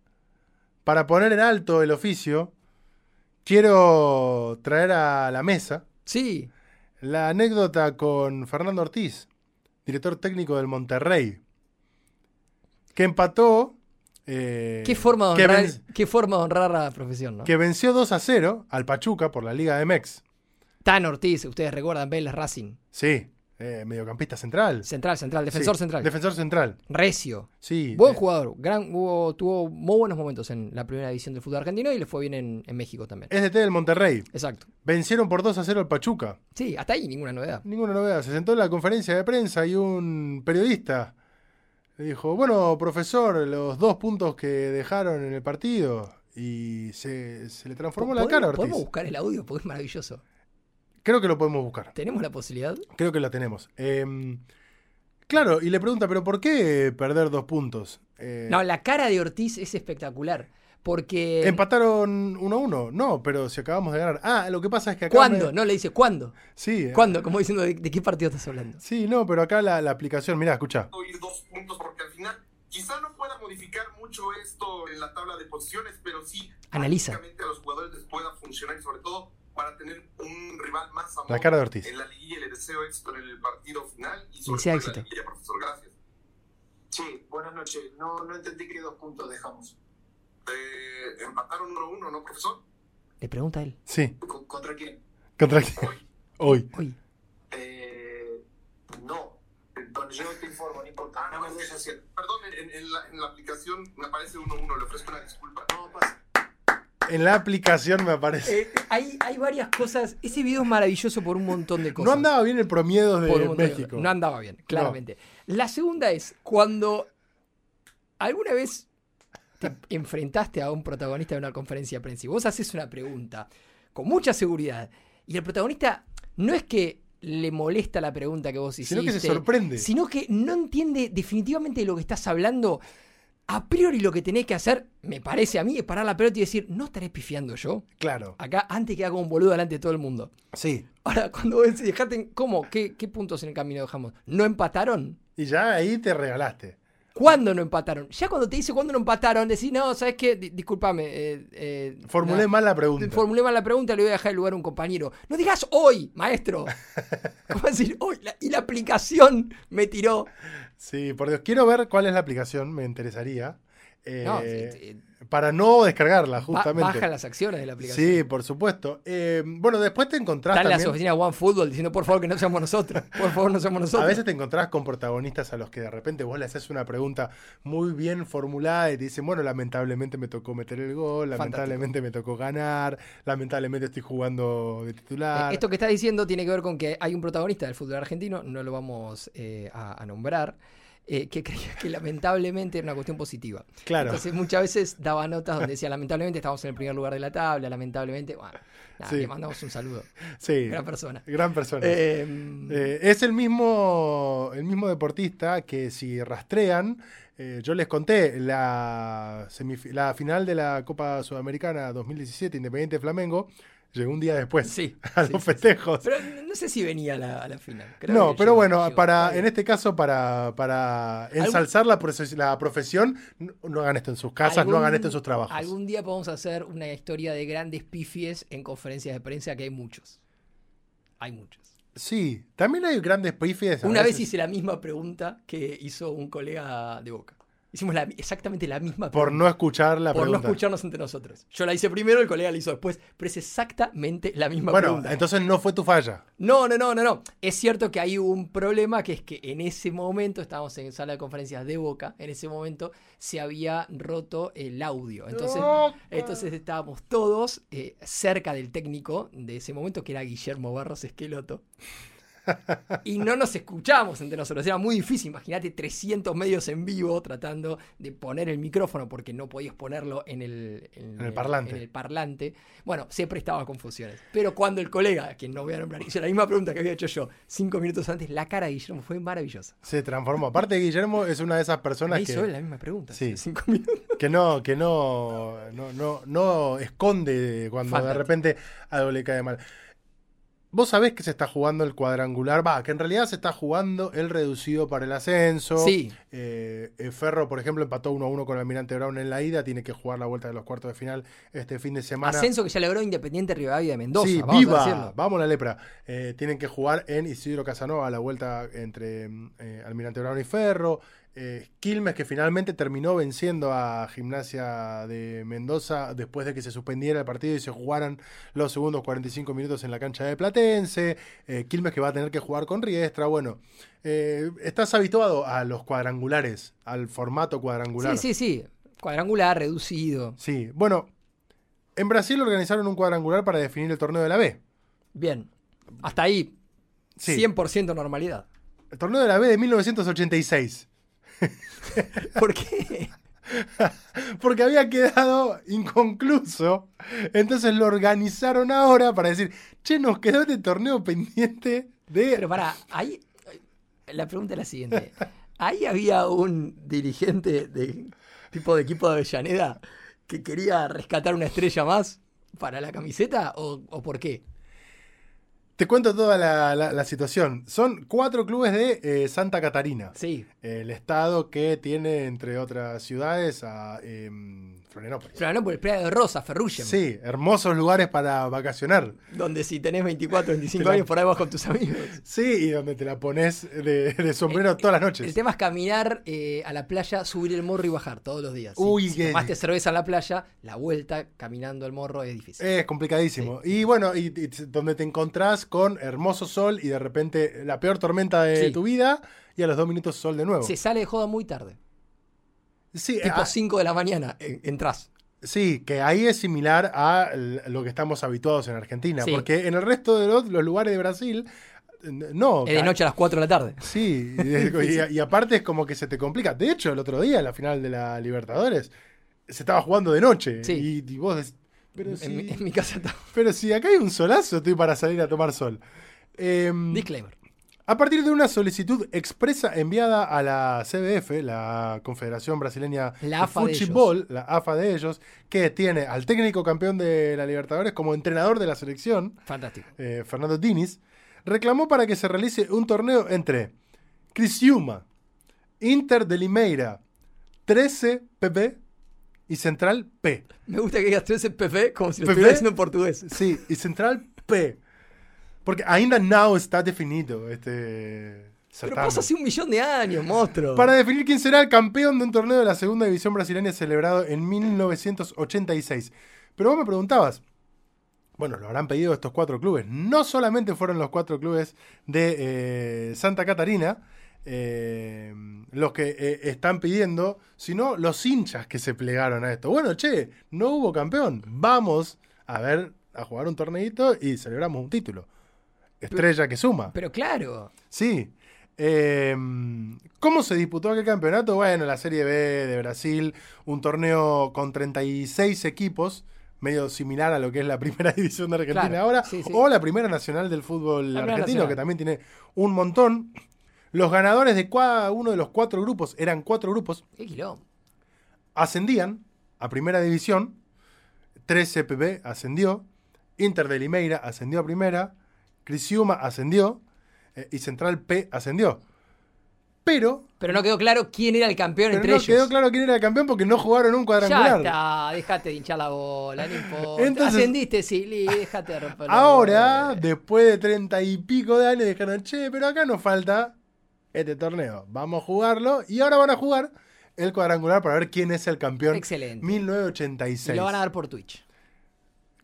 Speaker 1: para poner en alto el oficio, quiero traer a la mesa
Speaker 2: sí,
Speaker 1: la anécdota con Fernando Ortiz, director técnico del Monterrey, que empató. eh,
Speaker 2: qué forma de
Speaker 1: que
Speaker 2: honrar,
Speaker 1: ven-
Speaker 2: qué forma de honrar a la profesión, ¿no?
Speaker 1: que venció 2 a 0 al Pachuca por la Liga de Mex.
Speaker 2: Tan Ortiz, ustedes recuerdan, Vélez Racing.
Speaker 1: Sí, eh, mediocampista central.
Speaker 2: Central, central, defensor
Speaker 1: Sí,
Speaker 2: central.
Speaker 1: Defensor central.
Speaker 2: Recio.
Speaker 1: Sí.
Speaker 2: Buen
Speaker 1: eh,
Speaker 2: jugador. Gran, hubo- tuvo muy buenos momentos en la primera división del fútbol argentino y le fue bien en, en México también.
Speaker 1: es DT del Monterrey.
Speaker 2: Exacto.
Speaker 1: Vencieron por 2 a 0 al Pachuca.
Speaker 2: Sí, hasta ahí ninguna novedad.
Speaker 1: Ninguna novedad. Se sentó en la conferencia de prensa y un periodista le dijo, bueno, profesor, los dos puntos que dejaron en el partido. Y se, se le transformó la
Speaker 2: ¿Podemos-
Speaker 1: cara a Ortiz.
Speaker 2: Podemos buscar el audio porque es maravilloso.
Speaker 1: Creo que lo podemos buscar.
Speaker 2: ¿Tenemos la posibilidad?
Speaker 1: Creo que lo tenemos. Eh, claro, y le pregunta, pero ¿por qué perder dos puntos? Eh,
Speaker 2: No, la cara de Ortiz es espectacular. Porque.
Speaker 1: Empataron 1-1. No, pero si acabamos de ganar. Ah, lo que pasa es que acá...
Speaker 2: ¿Cuándo?
Speaker 1: me-
Speaker 2: No le dice ¿cuándo?
Speaker 1: Sí, eh,
Speaker 2: ¿Cuándo? Como diciendo, ¿de, de qué partido estás hablando?
Speaker 1: sí, no, pero acá la, la aplicación, mirá, escucha.
Speaker 3: ir dos puntos porque al final quizá no pueda modificar mucho esto en la tabla de posiciones, pero sí
Speaker 2: Analiza.
Speaker 3: prácticamente a los jugadores les pueda funcionar y sobre todo para tener un rival más a
Speaker 1: La
Speaker 3: modo
Speaker 1: cara de Ortiz.
Speaker 3: en la liguilla. Le deseo éxito en el partido final y
Speaker 2: Y
Speaker 3: sobre
Speaker 2: sea
Speaker 3: todo
Speaker 2: éxito.
Speaker 3: en la liguilla, profesor. Gracias.
Speaker 4: Sí, buenas noches. No, no entendí qué dos puntos dejamos.
Speaker 3: Eh, empataron 1-1, ¿no, profesor?
Speaker 2: Le pregunta a él.
Speaker 1: Sí,
Speaker 4: ¿Con- ¿Contra quién?
Speaker 1: contra Hoy.
Speaker 2: Uy,
Speaker 4: Eh, no. Bueno, yo te informo, no importa.
Speaker 3: Ah,
Speaker 4: No
Speaker 3: no,
Speaker 4: me
Speaker 3: es que-
Speaker 4: dudes hacer.
Speaker 3: Perdón, en, en la, en la aplicación me aparece 1-1. Le ofrezco una disculpa.
Speaker 4: No pasa.
Speaker 1: En la aplicación me aparece.
Speaker 2: Eh, hay, hay varias cosas. Ese video es maravilloso por un montón de cosas.
Speaker 1: No andaba bien el promiedo de
Speaker 2: por un montón de
Speaker 1: México.
Speaker 2: cosas. No andaba bien, claramente. La segunda es cuando alguna vez te enfrentaste a un protagonista de una conferencia de prensa y vos haces una pregunta con mucha seguridad y el protagonista no es que le molesta la pregunta que vos hiciste,
Speaker 1: Sino que se sorprende.
Speaker 2: sino que no entiende definitivamente de lo que estás hablando. A priori lo que tenés que hacer, me parece a mí, es parar la pelota y decir, no estaré pifiando yo.
Speaker 1: Claro.
Speaker 2: Acá antes que haga un boludo delante de todo el mundo.
Speaker 1: Sí.
Speaker 2: Ahora, cuando vos decís, dejate en- ¿cómo? ¿Qué, ¿Qué puntos en el camino dejamos? ¿No empataron?
Speaker 1: Y ya ahí te regalaste.
Speaker 2: ¿Cuándo no empataron? Ya cuando te dice cuándo no empataron, decís, no, ¿sabes qué? Di- disculpame. eh, eh,
Speaker 1: Formulé
Speaker 2: no,
Speaker 1: mal la pregunta.
Speaker 2: Formulé mal la pregunta, le voy a dejar el lugar a un compañero. No digas hoy, maestro. ¿Cómo decir hoy? La- y la aplicación me tiró.
Speaker 1: Sí, por Dios. Quiero ver cuál es la aplicación, me interesaría. eh,
Speaker 2: No, eh,
Speaker 1: para no descargarla,
Speaker 2: ba-
Speaker 1: justamente.
Speaker 2: bajan las acciones de la aplicación.
Speaker 1: sí, por supuesto. Eh, bueno, después te encontrás
Speaker 2: Están las
Speaker 1: también-
Speaker 2: oficinas One Football diciendo, por favor, que no seamos nosotros. Por favor, no seamos nosotros.
Speaker 1: A veces te encontrás con protagonistas a los que de repente vos le haces una pregunta muy bien formulada y te dicen, bueno, lamentablemente me tocó meter el gol,
Speaker 2: Fantástico.
Speaker 1: lamentablemente me tocó ganar, lamentablemente estoy jugando de
Speaker 2: Eh,
Speaker 1: titular.
Speaker 2: Esto que estás diciendo tiene que ver con que hay un protagonista del fútbol argentino, no lo vamos eh, a, a nombrar, eh, que creía que lamentablemente era una cuestión positiva.
Speaker 1: claro,
Speaker 2: Entonces muchas veces daba notas donde decía, lamentablemente estamos en el primer lugar de la tabla, lamentablemente, bueno, nada,
Speaker 1: Sí.
Speaker 2: le mandamos un saludo,
Speaker 1: sí,
Speaker 2: gran
Speaker 1: gran,
Speaker 2: persona.
Speaker 1: persona.
Speaker 2: Eh,
Speaker 1: Eh, es el mismo, el mismo deportista que si rastrean, eh, yo les conté la, semif- la final de la Copa Sudamericana 2017, Independiente Flamengo, llegó un día después
Speaker 2: sí,
Speaker 1: a
Speaker 2: sí,
Speaker 1: los
Speaker 2: sí.
Speaker 1: festejos.
Speaker 2: Pero no sé si venía a la, a la final. creo
Speaker 1: No,
Speaker 2: que
Speaker 1: pero
Speaker 2: llegó,
Speaker 1: bueno,
Speaker 2: llegó.
Speaker 1: para,
Speaker 2: Está
Speaker 1: en
Speaker 2: bien.
Speaker 1: este caso, para, para ensalzar la, proces- la profesión, no, no hagan esto en sus casas, no hagan esto en sus trabajos.
Speaker 2: Algún día podemos hacer una historia de grandes pifies en conferencias de prensa, que hay muchos. Hay muchos.
Speaker 1: Sí, también hay grandes pifies. a
Speaker 2: Una vez
Speaker 1: veces,
Speaker 2: hice la misma pregunta que hizo un colega de Boca. Hicimos la- exactamente la misma
Speaker 1: Por
Speaker 2: pregunta.
Speaker 1: no escuchar la
Speaker 2: por no
Speaker 1: pregunta.
Speaker 2: escucharnos entre nosotros. Yo la hice primero, el colega la hizo después, pero es exactamente la misma
Speaker 1: bueno,
Speaker 2: pregunta.
Speaker 1: entonces no fue tu falla.
Speaker 2: No, no, no, no, no. Es cierto que hay un problema que es que en ese momento, estábamos en sala de conferencias de Boca, en ese momento se había roto el audio. Entonces, entonces estábamos todos eh, cerca del técnico de ese momento, que era Guillermo Barros Esqueloto. Y no nos escuchábamos entre nosotros. Era muy difícil. Imagínate 300 medios en vivo tratando de poner el micrófono porque no podías ponerlo en el,
Speaker 1: En el parlante.
Speaker 2: En el parlante. Bueno, se prestaba a confusiones. Pero cuando el colega, a quien no voy a nombrar, hizo la misma pregunta que había hecho yo cinco minutos antes, la cara de Guillermo fue maravillosa.
Speaker 1: Se transformó. Aparte, Guillermo es una de esas personas
Speaker 2: Me hizo él
Speaker 1: que,
Speaker 2: la misma pregunta.
Speaker 1: Sí.
Speaker 2: hace Cinco minutos.
Speaker 1: que no, que no, no, no, no esconde cuando de
Speaker 2: Fantástico.
Speaker 1: repente algo le cae mal. Vos sabés que se está jugando el cuadrangular, va, que en realidad se está jugando el reducido para el ascenso.
Speaker 2: Sí,
Speaker 1: Eh, eh, Ferro, por ejemplo, empató 1 1 con Almirante Brown en la ida. Tiene que jugar la vuelta de los cuartos de final este fin de semana.
Speaker 2: ascenso que ya logró Independiente Rivadavia de Mendoza.
Speaker 1: sí,
Speaker 2: vamos
Speaker 1: viva.
Speaker 2: a decirlo.
Speaker 1: Vamos la lepra. Eh, tienen que jugar en Isidro Casanova la vuelta entre mm, eh, Almirante Brown y Ferro. Eh, Quilmes, que finalmente terminó venciendo a Gimnasia de Mendoza después de que se suspendiera el partido y se jugaran los segundos 45 minutos en la cancha de Platense. Eh, Quilmes que va a tener que jugar con Riestra. Bueno, eh, estás habituado a los cuadrangulares, al formato cuadrangular.
Speaker 2: Sí, sí, sí. Cuadrangular, reducido.
Speaker 1: Sí, bueno, en Brasil organizaron un cuadrangular para definir el torneo de la B.
Speaker 2: Bien. Hasta ahí,
Speaker 1: Sí,
Speaker 2: 100% normalidad.
Speaker 1: el torneo de la B de 1986.
Speaker 2: ¿Por qué?
Speaker 1: Porque había quedado inconcluso. Entonces lo organizaron ahora para decir, che, nos quedó este torneo pendiente de...
Speaker 2: Pero para, ahí. La pregunta es la siguiente. Ahí había un dirigente de tipo de equipo de Avellaneda que quería rescatar una estrella más para la camiseta o, o por qué?
Speaker 1: Te cuento toda la, la- la situación. Son cuatro clubes de eh, Santa Catarina.
Speaker 2: Sí.
Speaker 1: El estado que tiene, entre otras ciudades, a eh, Florianópolis.
Speaker 2: Pero no por el playa de Rosa, Ferrugem.
Speaker 1: Sí, hermosos lugares para vacacionar.
Speaker 2: Donde si tenés 24, 25
Speaker 1: Claro.
Speaker 2: años por ahí vas con tus amigos.
Speaker 1: Sí, y donde te la pones de, de sombrero todas las
Speaker 2: El
Speaker 1: noches.
Speaker 2: tema es caminar eh, a la playa, subir el morro y bajar todos los días. Si-
Speaker 1: Uy,
Speaker 2: si
Speaker 1: qué-
Speaker 2: tomaste cerveza en la playa, la vuelta caminando al morro es difícil.
Speaker 1: Es complicadísimo. Y bueno, y, y donde te encontrás con hermoso sol y de repente la peor tormenta de
Speaker 2: Sí.
Speaker 1: tu vida y a los dos minutos sol de nuevo. Sí,
Speaker 2: Se sale de joda muy tarde.
Speaker 1: oh. ah,
Speaker 2: Tipo 5 de la mañana, en- entras.
Speaker 1: sí, que ahí es similar a l- lo que estamos habituados en Argentina,
Speaker 2: Sí.
Speaker 1: porque en el resto de los, los lugares de Brasil, n- no.
Speaker 2: Es de
Speaker 1: ca-
Speaker 2: noche a las 4 de la tarde.
Speaker 1: Sí, y, y- y aparte es como que se te complica. De hecho, el otro día, en la final de la Libertadores, se estaba jugando de noche.
Speaker 2: Sí.
Speaker 1: Y, y vos decís, pero
Speaker 2: En,
Speaker 1: si,
Speaker 2: mi- en mi casa está.
Speaker 1: pero si acá hay un solazo, estoy para salir a tomar sol. Em,
Speaker 2: Disclaimer.
Speaker 1: A partir de una solicitud expresa enviada a la CBF, la Confederación Brasileña
Speaker 2: La
Speaker 1: de
Speaker 2: AFA de ellos.
Speaker 1: Fútbol, la AFA de ellos, que tiene al técnico campeón de la Libertadores como entrenador de la selección,
Speaker 2: Fantástico.
Speaker 1: eh, Fernando Diniz, reclamó para que se realice un torneo entre Criciúma, Inter de Limeira, 13 PP y Central P.
Speaker 2: Me gusta que digas tú ese PP como si lo
Speaker 1: PP.
Speaker 2: estuviera diciendo en portugués.
Speaker 1: Sí, y Central P. Porque ainda no está definido este,
Speaker 2: Pero
Speaker 1: certamen.
Speaker 2: pasó hace un millón de años, monstruo.
Speaker 1: Para definir quién será el campeón de un torneo de la segunda división brasileña celebrado en 1986. Pero vos me preguntabas, bueno, lo habrán pedido estos cuatro clubes. No solamente fueron los cuatro clubes de eh, Santa Catarina eh, los que eh, están pidiendo, sino los hinchas que se plegaron a esto. Bueno, che, no hubo campeón. Vamos a ver, a jugar un torneito y celebramos un título. Estrella que suma.
Speaker 2: Pero claro.
Speaker 1: Sí. Eh, ¿Cómo se disputó aquel campeonato? Bueno, la Serie B de Brasil, un torneo con 36 equipos, medio similar a lo que es la primera división de Argentina
Speaker 2: Claro,
Speaker 1: ahora,
Speaker 2: sí, sí.
Speaker 1: o la primera nacional del fútbol
Speaker 2: La Primera
Speaker 1: argentino,
Speaker 2: Nacional.
Speaker 1: que también tiene un montón. Los ganadores de cada uno de los cuatro grupos, eran cuatro grupos,
Speaker 2: Qué quilombo.
Speaker 1: ascendían a primera división. 13PB ascendió. Inter de Limeira ascendió a primera. Crisiuma ascendió. eh, y Central P ascendió. Pero,
Speaker 2: Pero no quedó claro quién era el campeón
Speaker 1: pero
Speaker 2: entre
Speaker 1: no
Speaker 2: ellos.
Speaker 1: quedó claro quién era el campeón porque no jugaron un
Speaker 2: Ya
Speaker 1: cuadrangular.
Speaker 2: está, dejate de hinchar la bola, no importa.
Speaker 1: Entonces-
Speaker 2: Ascendiste, sí, li, dejate de romper la
Speaker 1: Ahora,
Speaker 2: bola.
Speaker 1: después de treinta y pico de años, dijeron, che, pero acá nos falta este torneo. Vamos a jugarlo. Y ahora van a jugar el cuadrangular para ver quién es el campeón.
Speaker 2: Excelente.
Speaker 1: 1986.
Speaker 2: Y lo van a dar por Twitch.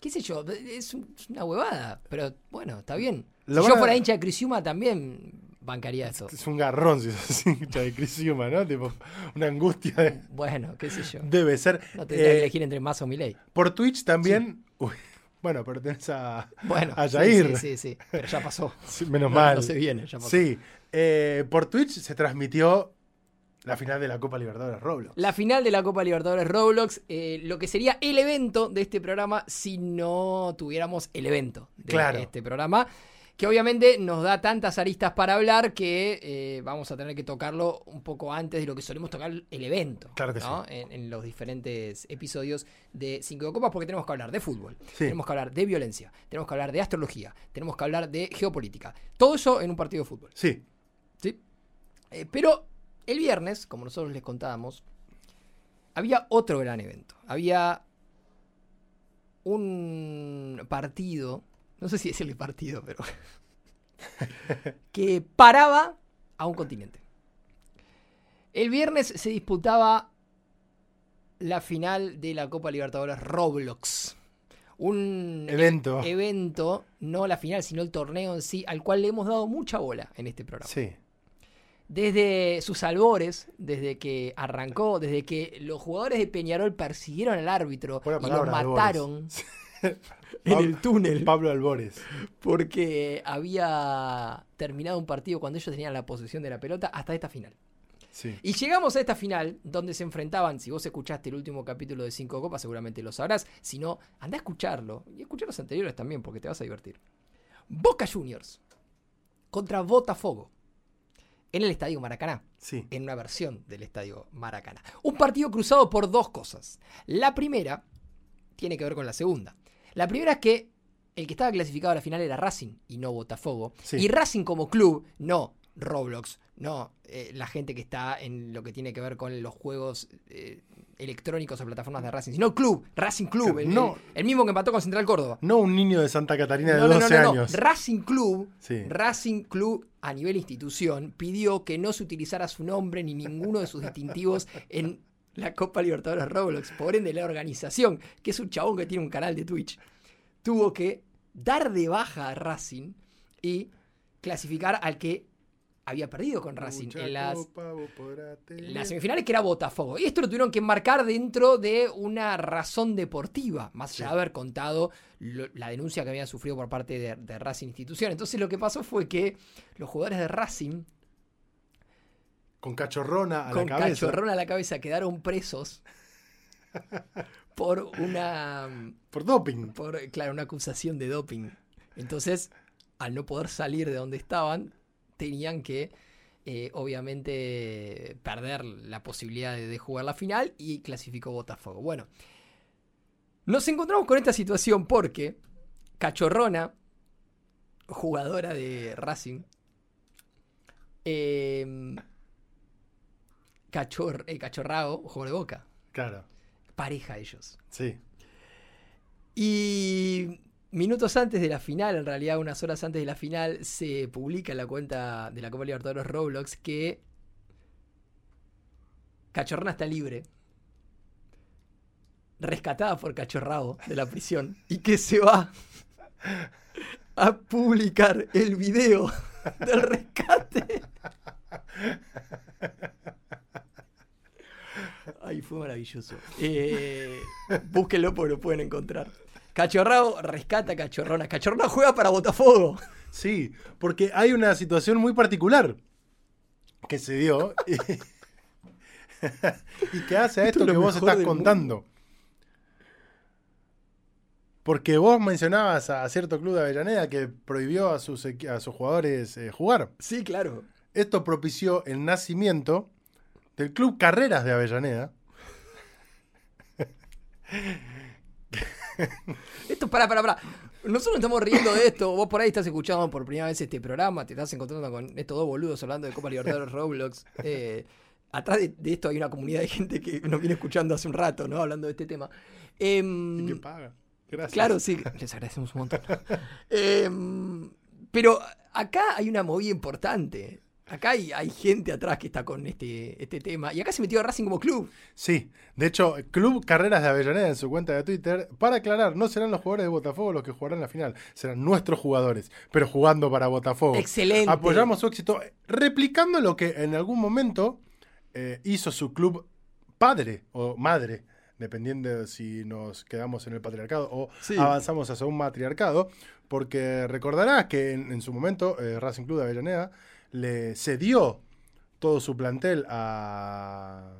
Speaker 2: ¿Qué sé yo? Es un- es una huevada, pero bueno, está bien. Si
Speaker 1: Lo van
Speaker 2: yo
Speaker 1: a-
Speaker 2: fuera hincha de Crisiuma también bancaría esto.
Speaker 1: Es un garrón si sos hincha de Crisiuma, ¿no? Tipo, una angustia de-
Speaker 2: Bueno, qué sé yo.
Speaker 1: debe ser.
Speaker 2: No tendría que
Speaker 1: Eh,
Speaker 2: elegir entre Massa o Milei.
Speaker 1: por Twitch también. Uy, bueno, pero tenés a.
Speaker 2: Bueno,
Speaker 1: a
Speaker 2: sí,
Speaker 1: Jair.
Speaker 2: Sí, sí, sí, pero ya pasó.
Speaker 1: sí, menos
Speaker 2: No,
Speaker 1: mal.
Speaker 2: no se viene, ya pasó.
Speaker 1: sí. eh, por Twitch se transmitió la final de la Copa Libertadores Roblox.
Speaker 2: La final de la Copa Libertadores Roblox, eh, lo que sería el evento de este programa si no tuviéramos el evento de
Speaker 1: Claro.
Speaker 2: este programa, que obviamente nos da tantas aristas para hablar que eh, vamos a tener que tocarlo un poco antes de lo que solemos tocar el evento.
Speaker 1: Claro que
Speaker 2: ¿no? En, en los diferentes episodios de Cinco de Copas, porque tenemos que hablar de fútbol,
Speaker 1: Sí.
Speaker 2: tenemos que hablar de violencia, tenemos que hablar de astrología, tenemos que hablar de geopolítica. Todo eso en un partido de fútbol.
Speaker 1: Sí.
Speaker 2: ¿sí? Eh, pero el viernes, como nosotros les contábamos, había otro gran evento. Había un partido, no sé si es el partido, pero que paraba a un continente. El viernes se disputaba la final de la Copa Libertadores Roblox. Un
Speaker 1: Evento.
Speaker 2: evento, no la final, sino el torneo en sí, al cual le hemos dado mucha bola en este programa
Speaker 1: Sí.
Speaker 2: desde sus albores, desde que arrancó, desde que los jugadores de Peñarol persiguieron al árbitro
Speaker 1: Buena
Speaker 2: y lo
Speaker 1: palabra, albores.
Speaker 2: mataron en
Speaker 1: Pab-
Speaker 2: el túnel
Speaker 1: Pablo Albores.
Speaker 2: porque había terminado un partido cuando ellos tenían la posesión de la pelota hasta esta final.
Speaker 1: Sí.
Speaker 2: Y llegamos a esta final donde se enfrentaban, si vos escuchaste el último capítulo de Cinco Copas seguramente lo sabrás, si no, anda a escucharlo y escuchar los anteriores también porque te vas a divertir. Boca Juniors contra Botafogo en el Estadio Maracaná
Speaker 1: Sí.
Speaker 2: en una versión del Estadio Maracaná. Un partido cruzado por dos cosas. La primera tiene que ver con la segunda. La primera es que el que estaba clasificado a la final era Racing y no Botafogo.
Speaker 1: Sí.
Speaker 2: Y Racing como club, no Roblox, no eh, la gente que está en lo que tiene que ver con los juegos eh, electrónicos o plataformas de Racing, sino club, Racing Club, el,
Speaker 1: No.
Speaker 2: el- el mismo que empató con Central Córdoba.
Speaker 1: No un niño de Santa Catarina de
Speaker 2: No, no, no,
Speaker 1: 12
Speaker 2: no, no.
Speaker 1: años.
Speaker 2: Racing Club,
Speaker 1: Sí.
Speaker 2: Racing Club a nivel institución pidió que no se utilizara su nombre ni ninguno de sus distintivos en la Copa Libertadores Roblox. Por ende, la organización, que es un chabón que tiene un canal de Twitch, tuvo que dar de baja a Racing y clasificar al que había perdido con Racing en las las semifinales que era Botafogo. Y esto lo tuvieron que marcar dentro de una razón deportiva, más allá de haber contado lo- la denuncia que habían sufrido por parte de, de Racing Institución. Entonces lo que pasó fue que los jugadores de Racing,
Speaker 1: Con cachorrona a
Speaker 2: con
Speaker 1: la cabeza.
Speaker 2: cachorrón a la cabeza, quedaron presos por una,
Speaker 1: Por doping.
Speaker 2: por, claro, una acusación de doping. Entonces, al no poder salir de donde estaban, tenían que, eh, obviamente, perder la posibilidad de, de jugar la final y clasificó Botafogo. Bueno, nos encontramos con esta situación porque Cachorrona, jugadora de Racing, eh, Cachor, eh, Cachorrao, jugador de Boca,
Speaker 1: Claro.
Speaker 2: pareja ellos.
Speaker 1: Sí.
Speaker 2: Y Minutos antes de la final, en realidad unas horas antes de la final, se publica en la cuenta de la Copa Libertadores Roblox que Cachorna está libre, rescatada por Cachorrao de la prisión, y que se va a publicar el video del rescate. Ay, fue maravilloso. Eh, búsquenlo porque lo pueden encontrar. Cachorrao rescata a Cachorrona. Cachorrona juega para Botafogo.
Speaker 1: Sí, porque hay una situación muy particular que se dio y, y que hace a esto,
Speaker 2: Esto es lo
Speaker 1: que vos
Speaker 2: mejor
Speaker 1: estás
Speaker 2: del
Speaker 1: contando. Porque vos mencionabas a cierto club de Avellaneda que prohibió a sus, equi- a sus jugadores eh, jugar.
Speaker 2: Sí, claro.
Speaker 1: Esto propició el nacimiento del Club Carreras de Avellaneda.
Speaker 2: Esto, para, para, para. Nosotros nos estamos riendo de esto. Vos por ahí estás escuchando por primera vez este programa, te estás encontrando con estos dos boludos hablando de Copa Libertadores Roblox. Eh, atrás de, de esto hay una comunidad de gente que nos viene escuchando hace un rato, ¿no? Hablando de este tema. Em,
Speaker 1: Y que paga. Gracias.
Speaker 2: Claro, sí, les agradecemos un montón. Em, pero acá hay una movida importante. Acá hay, hay gente atrás que está con este, este tema. Y acá se metió Racing como club.
Speaker 1: Sí, de hecho, Club Carreras de Avellaneda en su cuenta de Twitter, para aclarar, no serán los jugadores de Botafogo los que jugarán la final, serán nuestros jugadores, pero jugando para Botafogo.
Speaker 2: Excelente.
Speaker 1: Oh. Apoyamos su éxito, replicando lo que en algún momento eh, hizo su club padre o madre, dependiendo de si nos quedamos en el patriarcado o
Speaker 2: Sí.
Speaker 1: avanzamos hacia un matriarcado, porque recordarás que en, en su momento eh, Racing Club de Avellaneda le cedió todo su plantel a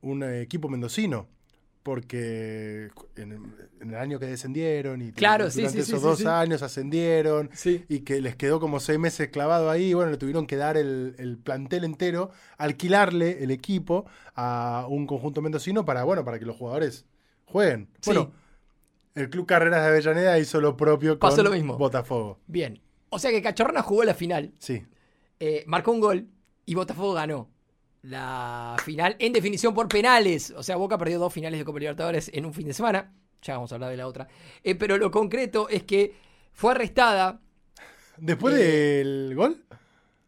Speaker 1: un equipo mendocino. Porque en, en el año que descendieron y
Speaker 2: Claro, sí,
Speaker 1: durante
Speaker 2: sí, sí,
Speaker 1: esos
Speaker 2: sí,
Speaker 1: dos
Speaker 2: sí.
Speaker 1: años ascendieron
Speaker 2: Sí.
Speaker 1: y que les quedó como seis meses clavado ahí. y Bueno, le tuvieron que dar el, el plantel entero, alquilarle el equipo a un conjunto mendocino para, bueno, para que los jugadores jueguen.
Speaker 2: Sí.
Speaker 1: Bueno, el Club Carreras de Avellaneda hizo lo propio con
Speaker 2: Pasó lo mismo.
Speaker 1: Botafogo.
Speaker 2: Bien. O sea que Cachorrona jugó la final,
Speaker 1: Sí,
Speaker 2: eh, marcó un gol y Botafogo ganó la final en definición por penales. O sea, Boca perdió dos finales de Copa Libertadores en un fin de semana. Ya vamos a hablar de la otra. Eh, pero lo concreto es que fue arrestada Eh,
Speaker 1: Después del gol,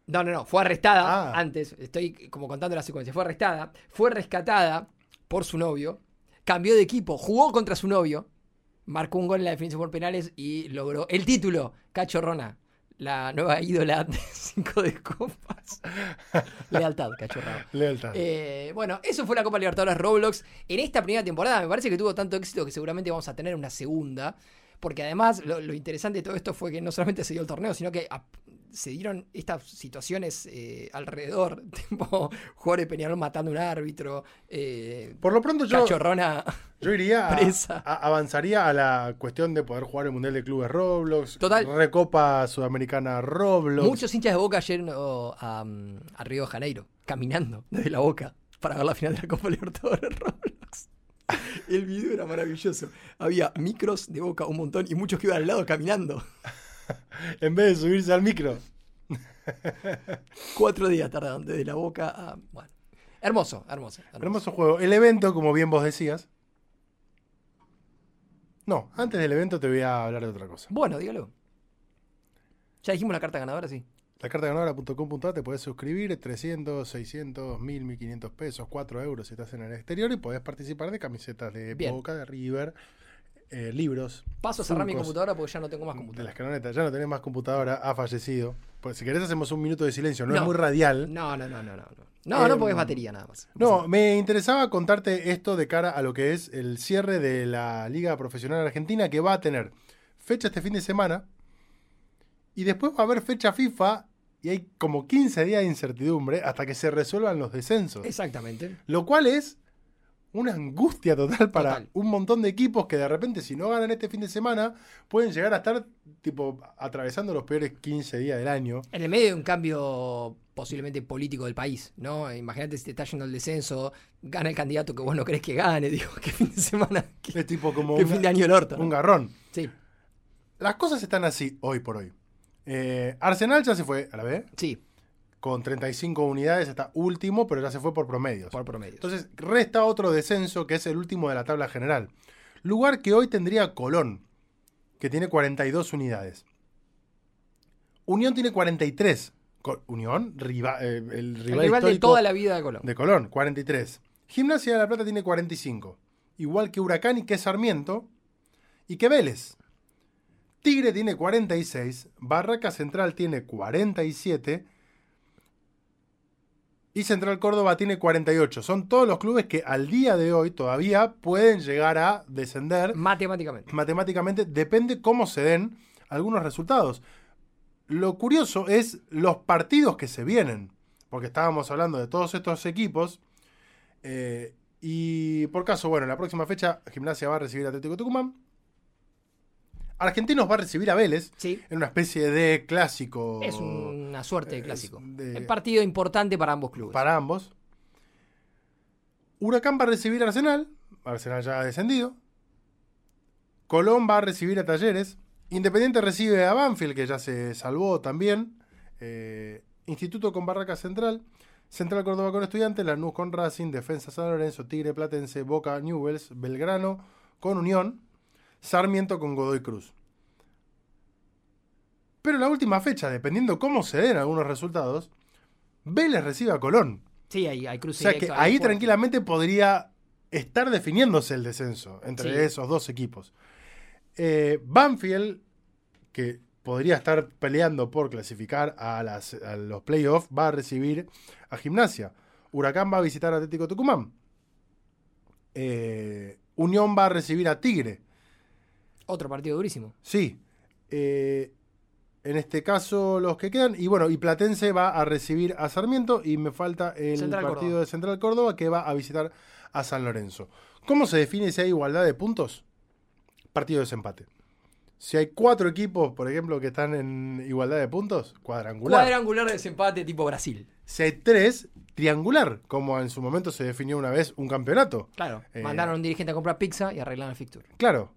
Speaker 2: No, no, no, fue arrestada
Speaker 1: Ah.
Speaker 2: antes, estoy como contando la secuencia, fue arrestada, fue rescatada por su novio, cambió de equipo, jugó contra su novio, marcó un gol en la definición por penales y logró el título, Cachorrona, la nueva ídola de 5 de copas. Lealtad, Cachorrona.
Speaker 1: lealtad.
Speaker 2: Eh, bueno, eso fue la Copa Libertadores Roblox en esta primera temporada. Me parece que tuvo tanto éxito que seguramente vamos a tener una segunda. Porque además lo, lo interesante de todo esto fue que no solamente se dio el torneo, sino que ap- se dieron estas situaciones eh, alrededor, tipo jugadores de Peñarol matando a un árbitro, eh,
Speaker 1: Por lo pronto yo,
Speaker 2: cachorrona.
Speaker 1: yo iría, a-
Speaker 2: Presa.
Speaker 1: a- avanzaría a la cuestión de poder jugar el Mundial de Clubes Roblox,
Speaker 2: Total.
Speaker 1: Recopa Sudamericana Roblox.
Speaker 2: Muchos hinchas de Boca yendo a, mm, a Río de Janeiro, caminando desde la Boca para ver la final de la Copa Libertadores Roblox. El video era maravilloso. Había micros de Boca un montón y muchos que iban al lado caminando.
Speaker 1: En vez de subirse al micro.
Speaker 2: Cuatro días tardaron desde la Boca a... Bueno, hermoso, hermoso. hermoso.
Speaker 1: Hermoso juego. El evento, como bien vos decías. No, antes del evento te voy a hablar de otra cosa.
Speaker 2: Bueno, dígalo. Ya dijimos la carta ganadora, sí.
Speaker 1: La carta ganadora.com.ar te podés suscribir 300, 600, 1000, 1500 pesos, 4 euros si estás en el exterior y podés participar de camisetas de
Speaker 2: Bien.
Speaker 1: Boca, de River, eh, libros.
Speaker 2: Paso a cerrar mi
Speaker 1: Funkos.
Speaker 2: computadora porque ya no tengo más
Speaker 1: De las
Speaker 2: computadora.
Speaker 1: canonetas. Ya no tenés más computadora, ha fallecido. Pues si querés hacemos un minuto de silencio, no,
Speaker 2: No.
Speaker 1: es muy radial.
Speaker 2: No, no, no, no, no. No, no, no
Speaker 1: Em,
Speaker 2: porque es batería nada más.
Speaker 1: No, me interesaba contarte esto de cara a lo que es el cierre de la Liga Profesional Argentina que va a tener fecha este fin de semana y después va a haber fecha FIFA y hay como 15 días de incertidumbre hasta que se resuelvan los descensos.
Speaker 2: Exactamente.
Speaker 1: Lo cual es una angustia total para
Speaker 2: Total.
Speaker 1: un montón de equipos que de repente si no ganan este fin de semana pueden llegar a estar tipo atravesando los peores 15 días del año.
Speaker 2: En el medio de un cambio posiblemente político del país, ¿no? Imagínate si te está yendo el descenso, gana el candidato que vos no crees que gane, digo, qué fin de semana, qué,
Speaker 1: Es tipo como
Speaker 2: qué
Speaker 1: un-
Speaker 2: fin de año el orto. ¿no?
Speaker 1: un garrón.
Speaker 2: Sí,
Speaker 1: Las cosas están así hoy por hoy. Eh, Arsenal ya se fue a la B,
Speaker 2: sí,
Speaker 1: con 35 unidades, está último, pero ya se fue por promedios.
Speaker 2: por promedio.
Speaker 1: Entonces, resta otro descenso que es el último de la tabla general. Lugar que hoy tendría Colón, que que tiene 42 unidades. Unión tiene 43. Co- Unión, riva- eh, el rival,
Speaker 2: El rival de
Speaker 1: histórico
Speaker 2: toda la vida de Colón.
Speaker 1: de Colón, 43. Gimnasia de la Plata tiene 45. Igual que Huracán y que Sarmiento y que Vélez. Tigre tiene 46. Barraca Central tiene 47. Y Central Córdoba tiene 48. Son todos los clubes que al día de hoy todavía pueden llegar a descender
Speaker 2: Matemáticamente.
Speaker 1: matemáticamente, depende cómo se den algunos resultados. Lo curioso es los partidos que se vienen, porque estábamos hablando de todos estos equipos. eh, y por caso, bueno, en la próxima fecha, Gimnasia va a recibir a Atlético Tucumán. Argentinos va a recibir a Vélez
Speaker 2: Sí.
Speaker 1: en una especie de clásico
Speaker 2: Es una suerte de clásico.
Speaker 1: Oh, Es de-
Speaker 2: Un partido importante para ambos clubes.
Speaker 1: para ambos. Huracán va a recibir a Arsenal. Arsenal ya ha descendido. Colón va a recibir a Talleres. Independiente recibe a Banfield, que ya se salvó también. Eh, Instituto con Barraca Central. Central Córdoba con Estudiantes. Lanús con Racing. Defensa San Lorenzo. Tigre Platense. Boca Newells. Belgrano con Unión. Sarmiento con Godoy Cruz. Pero en la última fecha, dependiendo cómo se den algunos resultados, Vélez recibe a Colón.
Speaker 2: Sí, hay, hay
Speaker 1: O
Speaker 2: cruce
Speaker 1: sea que
Speaker 2: directo, hay
Speaker 1: ahí
Speaker 2: fuerte.
Speaker 1: tranquilamente podría estar definiéndose el descenso entre
Speaker 2: Sí.
Speaker 1: esos dos equipos. Eh, Banfield, que podría estar peleando por clasificar a, las- a los playoffs, va a recibir a Gimnasia. Huracán va a visitar a Atlético Tucumán. Eh, Unión va a recibir a Tigre.
Speaker 2: Otro partido durísimo.
Speaker 1: Sí. Eh, en este caso, los que quedan. Y bueno, y Platense va a recibir a Sarmiento. Y me falta el
Speaker 2: Central
Speaker 1: partido
Speaker 2: Córdoba.
Speaker 1: de Central Córdoba que va a visitar a San Lorenzo. ¿Cómo se define si hay igualdad de puntos? Partido de desempate. Si hay cuatro equipos, por ejemplo, que están en igualdad de puntos, cuadrangular.
Speaker 2: Cuadrangular de desempate tipo Brasil.
Speaker 1: si hay tres, triangular, como en su momento se definió una vez un campeonato.
Speaker 2: Claro.
Speaker 1: Eh,
Speaker 2: Mandaron a un dirigente a comprar pizza y arreglaron el fixture.
Speaker 1: Claro.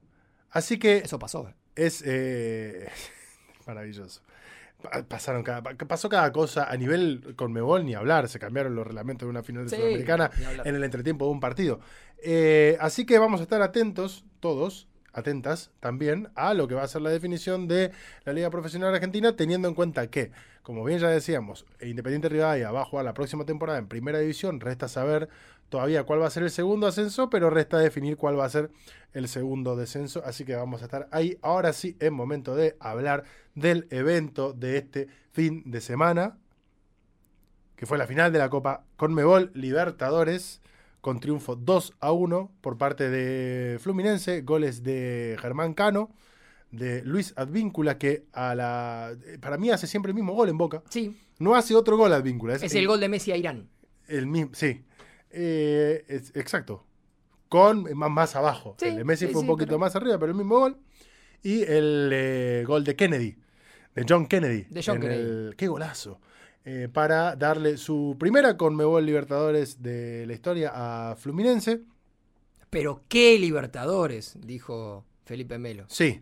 Speaker 1: Así que
Speaker 2: Eso pasó. eh.
Speaker 1: Es eh, maravilloso. Pa- Pasaron cada, pa- pasó cada cosa a nivel conmebol ni hablar. Se cambiaron los reglamentos de una final de
Speaker 2: Sí,
Speaker 1: Sudamericana
Speaker 2: ni hablar.
Speaker 1: en el entretiempo de un partido. Eh, así que vamos a estar atentos, todos, atentas también, a lo que va a ser la definición de la Liga Profesional Argentina, teniendo en cuenta que, como bien ya decíamos, Independiente Rivadavia va a jugar la próxima temporada en Primera División. Resta saber todavía cuál va a ser el segundo ascenso, pero resta definir cuál va a ser el segundo descenso. Así que vamos a estar ahí. Ahora sí, es momento de hablar del evento de este fin de semana, que fue la final de la Copa Conmebol Libertadores, con triunfo 2 a 1 por parte de Fluminense, goles de Germán Cano, de Luis Advíncula, que a la, eh, para mí hace siempre el mismo gol en Boca.
Speaker 2: Sí.
Speaker 1: No hace otro gol Advíncula.
Speaker 2: Es el gol de Messi a Irán.
Speaker 1: El mismo, sí. Eh, es- exacto. Con más, más abajo.
Speaker 2: Sí,
Speaker 1: el de Messi
Speaker 2: sí,
Speaker 1: fue un
Speaker 2: sí,
Speaker 1: poquito
Speaker 2: pero-
Speaker 1: más arriba, pero el mismo gol. Y el eh, gol de Kennedy, de John Kennedy.
Speaker 2: De John
Speaker 1: en
Speaker 2: Kennedy.
Speaker 1: el- qué golazo. Eh, para darle su primera Conmebol Libertadores de la historia a Fluminense.
Speaker 2: Pero qué Libertadores, dijo Felipe Melo.
Speaker 1: Sí.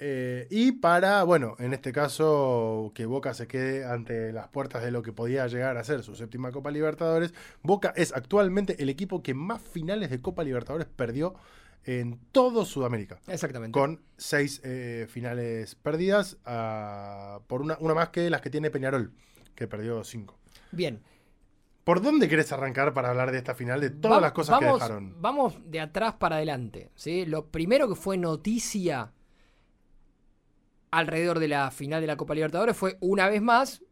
Speaker 1: Eh, y para, bueno, en este caso, que Boca se quede ante las puertas de lo que podía llegar a ser su séptima Copa Libertadores. Boca es actualmente el equipo que más finales de Copa Libertadores perdió en todo Sudamérica.
Speaker 2: Exactamente.
Speaker 1: Con seis eh, finales perdidas, ah, por una, una más que las que tiene Peñarol, que perdió cinco.
Speaker 2: Bien.
Speaker 1: ¿Por dónde querés arrancar para hablar de esta final, de todas
Speaker 2: Va-
Speaker 1: las cosas
Speaker 2: vamos,
Speaker 1: que dejaron?
Speaker 2: Vamos de atrás para adelante. ¿sí? Lo primero que fue noticia alrededor de la final de la Copa Libertadores fue, una vez más,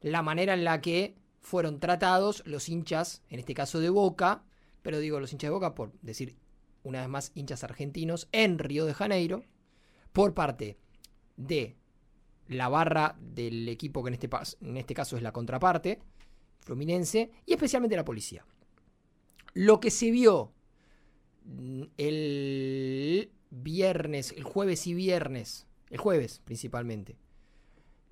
Speaker 2: la manera en la que fueron tratados los hinchas, en este caso de Boca, pero digo los hinchas de Boca por decir, una vez más, hinchas argentinos en Río de Janeiro, por parte de la barra del equipo que en este, pas- en este caso es la contraparte, Fluminense, y especialmente la policía lo que se vio mm, el viernes, el jueves y viernes, el jueves principalmente,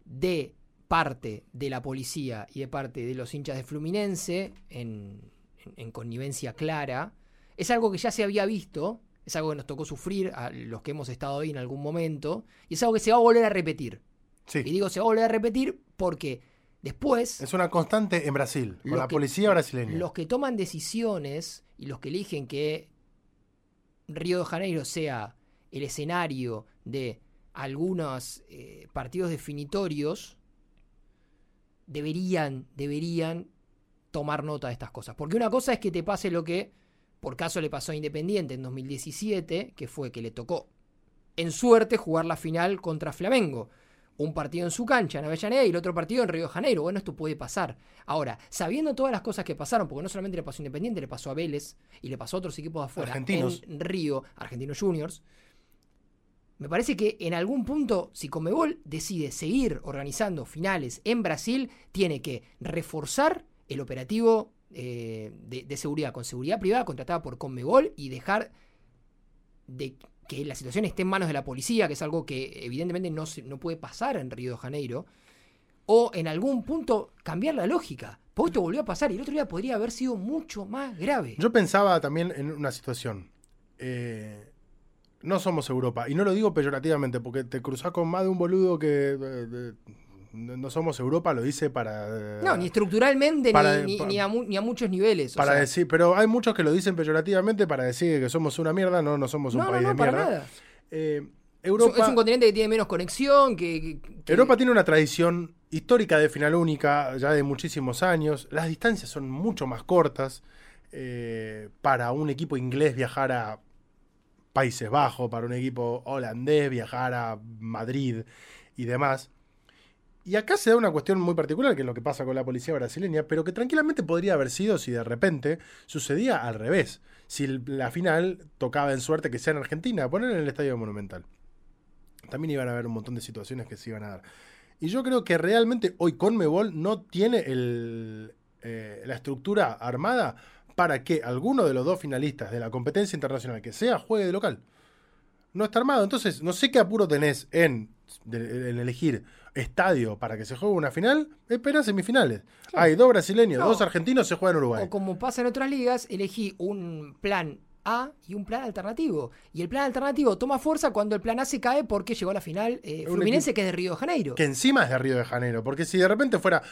Speaker 2: de parte de la policía y de parte de los hinchas de Fluminense, en, en- en connivencia clara, es algo que ya se había visto, es algo que nos tocó sufrir a los que hemos estado ahí en algún momento, y es algo que se va a volver a repetir. Y
Speaker 1: Sí,
Speaker 2: digo se va a volver a repetir porque después
Speaker 1: es una constante en Brasil, con
Speaker 2: los
Speaker 1: la
Speaker 2: que-
Speaker 1: policía brasileña.
Speaker 2: Los que toman decisiones y los que eligen que Río de Janeiro sea el escenario de algunos eh, partidos definitorios deberían, deberían tomar nota de estas cosas. Porque una cosa es que te pase lo que por caso le pasó a Independiente en 2017, que fue que le tocó en suerte jugar la final contra Flamengo. Un partido en su cancha, en Avellaneda, y el otro partido en Río de Janeiro. Bueno, esto puede pasar. Ahora, sabiendo todas las cosas que pasaron, porque no solamente le pasó a Independiente, le pasó a Vélez y le pasó a otros equipos de afuera,
Speaker 1: Argentinos.
Speaker 2: en Río, Argentinos Juniors, me parece que en algún punto, si Comebol decide seguir organizando finales en Brasil, tiene que reforzar el operativo eh, de, de seguridad con seguridad privada contratada por Comebol y dejar de que la situación esté en manos de la policía, que es algo que evidentemente no, se- no puede pasar en Río de Janeiro, o en algún punto cambiar la lógica. Porque esto volvió a pasar y el otro día podría haber sido mucho más grave.
Speaker 1: Yo pensaba también en una situación. Eh, no somos Europa. Y no lo digo peyorativamente, porque te cruzás con más de un boludo que. eh, eh, no no somos Europa, lo dice para. eh,
Speaker 2: no, ni estructuralmente,
Speaker 1: Para-
Speaker 2: ni, ni-
Speaker 1: pa-
Speaker 2: ni a mu- ni a muchos niveles. o
Speaker 1: para
Speaker 2: sea,
Speaker 1: decir, pero hay muchos que lo dicen peyorativamente para decir que somos una mierda, no, no somos un
Speaker 2: no, no,
Speaker 1: país
Speaker 2: no,
Speaker 1: de
Speaker 2: para
Speaker 1: mierda.
Speaker 2: nada.
Speaker 1: Eh,
Speaker 2: Es un-
Speaker 1: Europa,
Speaker 2: Es un continente que tiene menos conexión, que... que- que-
Speaker 1: Europa tiene una tradición histórica de final única, ya de muchísimos años. Las distancias son mucho más cortas. eh, para un equipo inglés viajar a Países Bajos, para un equipo holandés viajar a Madrid y demás. Y acá se da una cuestión muy particular, que es lo que pasa con la policía brasileña, pero que tranquilamente podría haber sido si de repente sucedía al revés. Si el- la final tocaba en suerte que sea en Argentina, poner en el Estadio Monumental. También iban a haber un montón de situaciones que se iban a dar. Y yo creo que realmente hoy Conmebol no tiene el, eh, la estructura armada para que alguno de los dos finalistas de la competencia internacional que sea juegue de local. No está armado. Entonces, no sé qué apuro tenés en, de- en elegir estadio para que se juegue una final. Espera semifinales. Hay dos brasileños,
Speaker 2: No.
Speaker 1: dos argentinos, se juegan en Uruguay.
Speaker 2: O como pasa en otras ligas, elegí un plan A y un plan alternativo. Y el plan alternativo toma fuerza cuando el plan A se cae porque llegó a la final eh,
Speaker 1: Un
Speaker 2: Fluminense, que es de Río de Janeiro.
Speaker 1: Que encima es de Río de Janeiro, porque si de repente fuera.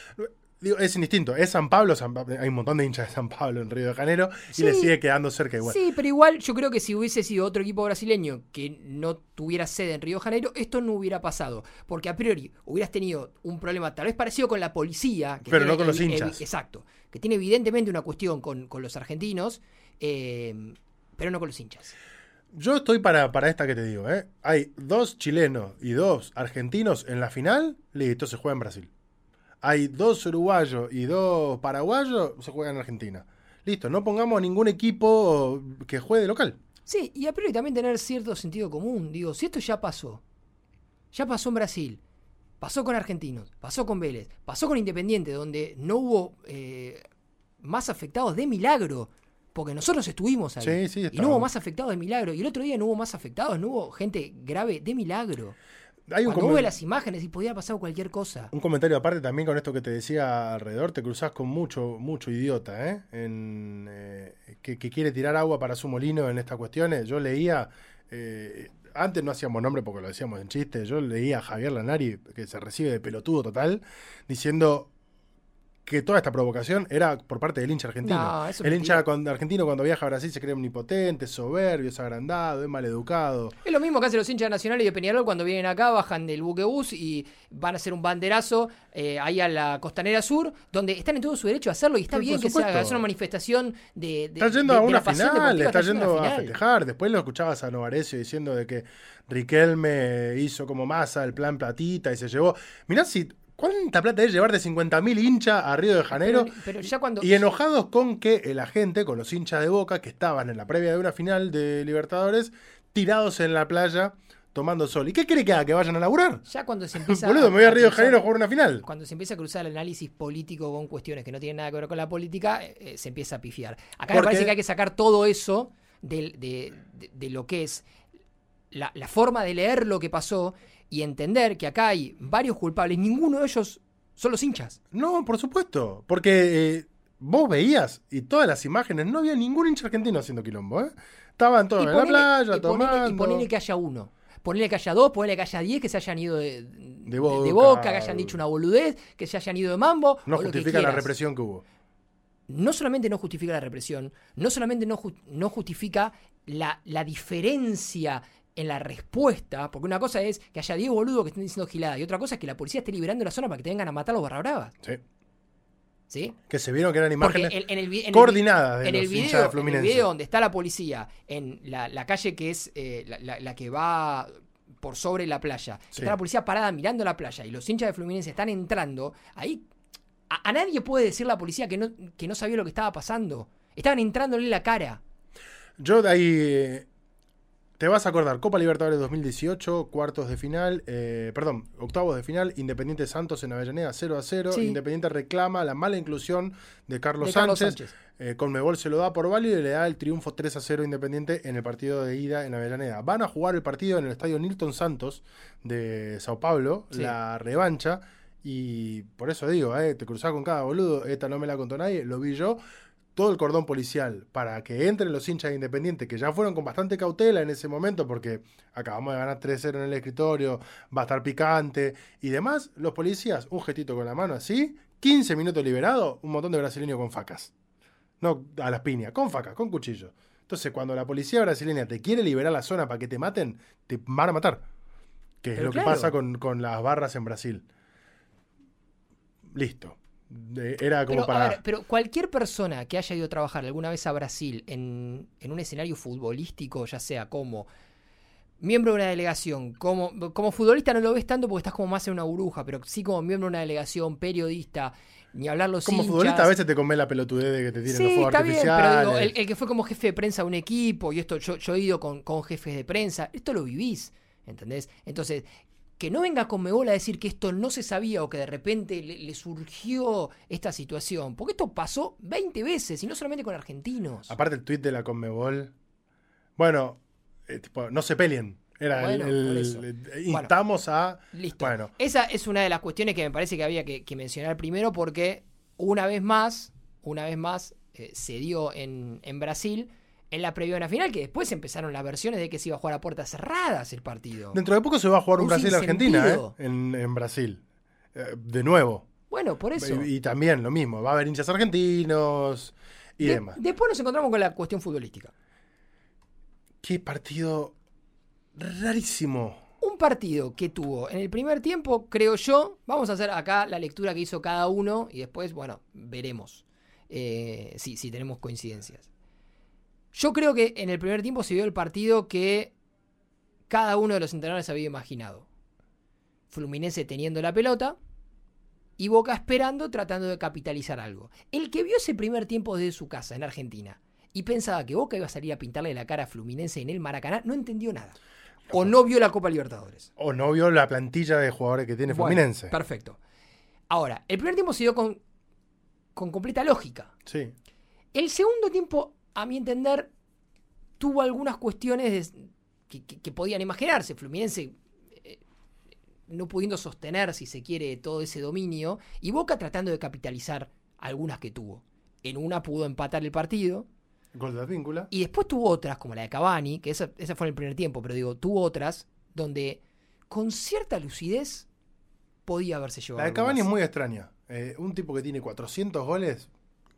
Speaker 1: Digo, es indistinto, es San Pablo, San Pa- hay un montón de hinchas de San Pablo en Río de Janeiro
Speaker 2: Sí.
Speaker 1: y le sigue quedando cerca igual.
Speaker 2: Sí, pero igual yo creo que si hubiese sido otro equipo brasileño que no tuviera sede en Río de Janeiro, esto no hubiera pasado. Porque a priori hubieras tenido un problema tal vez parecido con la policía. que
Speaker 1: Pero no con los
Speaker 2: evi-
Speaker 1: hinchas.
Speaker 2: evi- Exacto. Que tiene evidentemente una cuestión con, con los argentinos, eh, pero no con los hinchas.
Speaker 1: Yo estoy para, para esta que te digo, ¿eh? Hay dos chilenos y dos argentinos en la final, listo, se juega en Brasil. Hay dos uruguayos y dos paraguayos, se juega en Argentina. Listo, no pongamos a ningún equipo que juegue de local.
Speaker 2: Sí, y a priori también tener cierto sentido común. Digo, si esto ya pasó, ya pasó en Brasil, pasó con Argentinos, pasó con Vélez, pasó con Independiente, donde no hubo eh, más afectados de milagro, porque nosotros estuvimos
Speaker 1: Sí,
Speaker 2: ahí.
Speaker 1: sí,
Speaker 2: y no hubo
Speaker 1: estábamos.
Speaker 2: más afectados de milagro. Y el otro día no hubo más afectados, no hubo gente grave de milagro.
Speaker 1: Hay un
Speaker 2: Cuando
Speaker 1: comen-
Speaker 2: hubo las imágenes y podía pasar cualquier cosa.
Speaker 1: Un comentario aparte también con esto que te decía alrededor, te cruzás con mucho, mucho idiota, ¿eh? En, eh, que, que quiere tirar agua para su molino en estas cuestiones. Yo leía, eh, antes no hacíamos nombre porque lo decíamos en chiste, yo leía a Javier Lanari, que se recibe de pelotudo total, diciendo que toda esta provocación era por parte del hincha argentino.
Speaker 2: No, eso es
Speaker 1: El hincha
Speaker 2: mentira.
Speaker 1: cuando- argentino cuando viaja a Brasil se cree omnipotente, soberbio, es agrandado, es maleducado.
Speaker 2: Es lo mismo que hacen los hinchas nacionales de Peñarol cuando vienen acá, bajan del buquebús y van a hacer un banderazo eh, ahí a la costanera sur, donde están en todo su derecho a hacerlo y está
Speaker 1: Sí,
Speaker 2: bien
Speaker 1: por
Speaker 2: que se
Speaker 1: supuesto.
Speaker 2: haga. Es una manifestación de. de-
Speaker 1: Está yendo
Speaker 2: de-
Speaker 1: a
Speaker 2: de
Speaker 1: una
Speaker 2: la pasión
Speaker 1: final,
Speaker 2: deportiva,
Speaker 1: está
Speaker 2: yendo
Speaker 1: yendo
Speaker 2: una
Speaker 1: a
Speaker 2: final.
Speaker 1: festejar. Después lo escuchabas a Novarecio diciendo de que Riquelme hizo como masa el plan platita y se llevó. Mirá si cuánta plata es llevar de 50.000 hinchas a Río de Janeiro.
Speaker 2: Pero, pero ya cuando.
Speaker 1: Y enojados con que la gente, con los hinchas de Boca, que estaban en la previa de una final de Libertadores, tirados en la playa tomando sol. ¿Y qué quiere que haga? ¿Que vayan a laburar?
Speaker 2: Ya cuando se empieza.
Speaker 1: Boludo, me voy a Río de
Speaker 2: cruzar-
Speaker 1: Janeiro a jugar una final.
Speaker 2: Cuando se empieza a cruzar el análisis político con cuestiones que no tienen nada que ver con la política, eh, eh, se empieza a pifiar. Acá me
Speaker 1: Porque-
Speaker 2: parece que hay que sacar todo eso del- de, de- de lo que es la, la forma de leer lo que pasó y entender que acá hay varios culpables, ninguno de ellos son los hinchas.
Speaker 1: No, por supuesto. Porque eh, vos veías y todas las imágenes, no había ningún hincha argentino haciendo quilombo, ¿eh? Estaban todos en la
Speaker 2: ponele-
Speaker 1: playa,
Speaker 2: y ponele- y
Speaker 1: tomando.
Speaker 2: ponele que haya uno. Ponele que haya dos, ponele que haya diez que se hayan ido de, de- de
Speaker 1: Boca.
Speaker 2: Boca, que hayan dicho una boludez, que se hayan ido de mambo.
Speaker 1: No
Speaker 2: o lo que
Speaker 1: justifica la
Speaker 2: quieras.
Speaker 1: represión que hubo.
Speaker 2: no solamente no justifica la represión, no solamente no, ju- no justifica la, la diferencia en la respuesta, porque una cosa es que haya 10 boludos que estén diciendo gilada y otra cosa es que la policía esté liberando la zona para que te vengan a matar los barra bravas.
Speaker 1: Sí.
Speaker 2: ¿Sí?
Speaker 1: Que se vieron que eran
Speaker 2: Porque
Speaker 1: imágenes
Speaker 2: en, en el, vi- en el vi-
Speaker 1: coordinadas de
Speaker 2: en el,
Speaker 1: los hinchas
Speaker 2: video,
Speaker 1: de
Speaker 2: en el
Speaker 1: Fluminense.
Speaker 2: video donde está la policía, en la, la calle que es eh, la, la- la que va por sobre la playa,
Speaker 1: Sí.
Speaker 2: está la policía parada mirando la playa y los hinchas de Fluminense están entrando, ahí a, a nadie puede decir la policía que no, que no sabía lo que estaba pasando. Estaban entrándole en la cara.
Speaker 1: Yo de ahí. eh, Te vas a acordar, Copa Libertadores 2018, cuartos de final, eh, perdón, octavos de final, Independiente Santos en Avellaneda 0 a 0.
Speaker 2: Sí.
Speaker 1: Independiente reclama la mala inclusión de Carlos
Speaker 2: de Carlos
Speaker 1: Sánchez.
Speaker 2: Sánchez.
Speaker 1: Eh, Conmebol se lo da por válido y le da el triunfo 3 a 0 Independiente en el partido de ida en Avellaneda. Van a jugar el partido en el estadio Nilton Santos de Sao Paulo,
Speaker 2: Sí.
Speaker 1: la revancha. Y por eso digo, eh, te cruzás con cada boludo. Esta no me la contó nadie, lo vi yo. Todo el cordón policial para que entren los hinchas de Independiente, que ya fueron con bastante cautela en ese momento, porque acabamos de ganar 3-0 en el escritorio, va a estar picante y demás. Los policías, un jetito con la mano así, 15 minutos liberado, un montón de brasileños con facas. No a las piñas, con facas, con cuchillos. Entonces, cuando la policía brasileña te quiere liberar la zona para que te maten, te van a matar. Que es
Speaker 2: Pero
Speaker 1: lo
Speaker 2: claro.
Speaker 1: que pasa con, con las barras en Brasil. Listo. De- era como
Speaker 2: Pero, a
Speaker 1: para.
Speaker 2: ver, pero cualquier persona que haya ido a trabajar alguna vez a Brasil en, en un escenario futbolístico, ya sea como miembro de una delegación, como, como futbolista no lo ves tanto porque estás como más en una burbuja, pero sí como miembro de una delegación, periodista, ni hablar los
Speaker 1: como
Speaker 2: hinchas.
Speaker 1: futbolista a veces te come la pelotudez de que te tiren
Speaker 2: Sí,
Speaker 1: los fuegos
Speaker 2: está bien, pero
Speaker 1: artificiales.
Speaker 2: digo, el, el que fue como jefe de prensa de un equipo, y esto yo, yo he ido con, con jefes de prensa, esto lo vivís, ¿entendés? Entonces, que no venga con Mebola a decir que esto no se sabía o que de repente le, le surgió esta situación, porque esto pasó 20 veces y no solamente con argentinos.
Speaker 1: Aparte el tuit de la Conmebol. Bueno, eh, tipo, no se peleen. Era el-
Speaker 2: Bueno,
Speaker 1: el-
Speaker 2: por eso.
Speaker 1: el- eh, Instamos a.
Speaker 2: Listo.
Speaker 1: Bueno,
Speaker 2: Esa es una de las cuestiones que me parece que había que, que mencionar primero porque una vez más, una vez más, eh, se dio en, en Brasil en la previa de una final que después empezaron las versiones de que se iba a jugar a puertas cerradas el partido.
Speaker 1: dentro de poco se va a jugar un,
Speaker 2: Un
Speaker 1: Brasil-Argentina eh,
Speaker 2: sinsentido.
Speaker 1: en, en Brasil. Eh, de nuevo.
Speaker 2: Bueno, por eso.
Speaker 1: Y, y también lo mismo. Va a haber hinchas argentinos y
Speaker 2: De-
Speaker 1: demás.
Speaker 2: después nos encontramos con la cuestión futbolística.
Speaker 1: Qué partido rarísimo.
Speaker 2: Un partido que tuvo en el primer tiempo, creo yo, vamos a hacer acá la lectura que hizo cada uno y después, bueno, veremos eh, si, si tenemos coincidencias. Yo creo que en el primer tiempo se vio el partido que cada uno de los entrenadores había imaginado. Fluminense teniendo la pelota y Boca esperando, tratando de capitalizar algo. El que vio ese primer tiempo desde su casa en Argentina y pensaba que Boca iba a salir a pintarle la cara a Fluminense en el Maracaná, no entendió nada. O no vio la Copa Libertadores.
Speaker 1: O no vio la plantilla de jugadores que tiene
Speaker 2: Bueno,
Speaker 1: Fluminense.
Speaker 2: Perfecto. Ahora, el primer tiempo se dio con, con completa lógica.
Speaker 1: Sí.
Speaker 2: El segundo tiempo, a mi entender, tuvo algunas cuestiones de- que, que- que podían imaginarse. Fluminense eh, no pudiendo sostener, si se quiere, todo ese dominio. Y Boca tratando de capitalizar algunas que tuvo. En una pudo empatar el partido.
Speaker 1: Gol de Advíncula.
Speaker 2: Y después tuvo otras, como la de Cavani, que esa, esa fue en el primer tiempo, pero digo, tuvo otras donde con cierta lucidez podía haberse llevado.
Speaker 1: La de
Speaker 2: algo
Speaker 1: Cavani es
Speaker 2: más.
Speaker 1: muy extraña. Eh, un tipo que tiene 400 goles,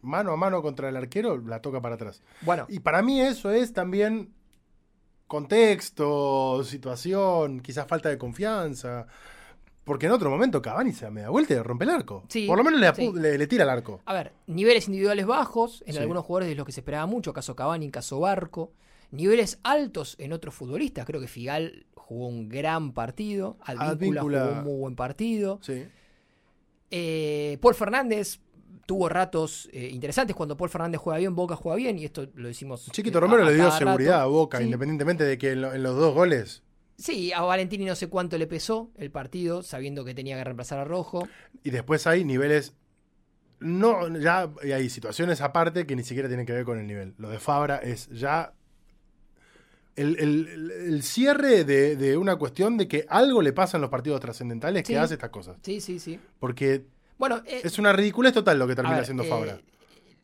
Speaker 1: mano a mano contra el arquero, la toca para atrás.
Speaker 2: Bueno,
Speaker 1: Y para mí eso es también contexto, situación, quizás falta de confianza. Porque en otro momento Cavani se da media vuelta y le rompe el arco.
Speaker 2: Sí,
Speaker 1: Por lo menos le, apu-
Speaker 2: sí.
Speaker 1: le- le tira el arco.
Speaker 2: a ver, niveles individuales bajos en
Speaker 1: Sí.
Speaker 2: algunos jugadores de los que se esperaba mucho, caso Cavani, caso Barco. Niveles altos en otros futbolistas, creo que Figal jugó un gran partido, Advíncula,
Speaker 1: Advíncula-
Speaker 2: jugó un muy buen partido.
Speaker 1: Sí.
Speaker 2: Eh, Paul Fernández tuvo ratos eh, interesantes cuando Paul Fernández juega bien, Boca juega bien, y esto lo decimos.
Speaker 1: Chiquito
Speaker 2: eh, a-
Speaker 1: Romero
Speaker 2: a
Speaker 1: le dio
Speaker 2: cada rato.
Speaker 1: seguridad a Boca,
Speaker 2: Sí.
Speaker 1: independientemente de que en, lo- en los dos goles.
Speaker 2: Sí, a Valentini no sé cuánto le pesó el partido, sabiendo que tenía que reemplazar a Rojo.
Speaker 1: Y después hay niveles. No, ya hay situaciones aparte que ni siquiera tienen que ver con el nivel. Lo de Fabra es ya. El, el- el- el cierre de, de una cuestión de que algo le pasa en los partidos trascendentales
Speaker 2: Sí.
Speaker 1: que hace estas cosas.
Speaker 2: Sí, sí, sí.
Speaker 1: Porque
Speaker 2: Bueno, eh,
Speaker 1: es una ridiculez total lo que
Speaker 2: a
Speaker 1: termina
Speaker 2: ver,
Speaker 1: haciendo
Speaker 2: eh,
Speaker 1: Fabra.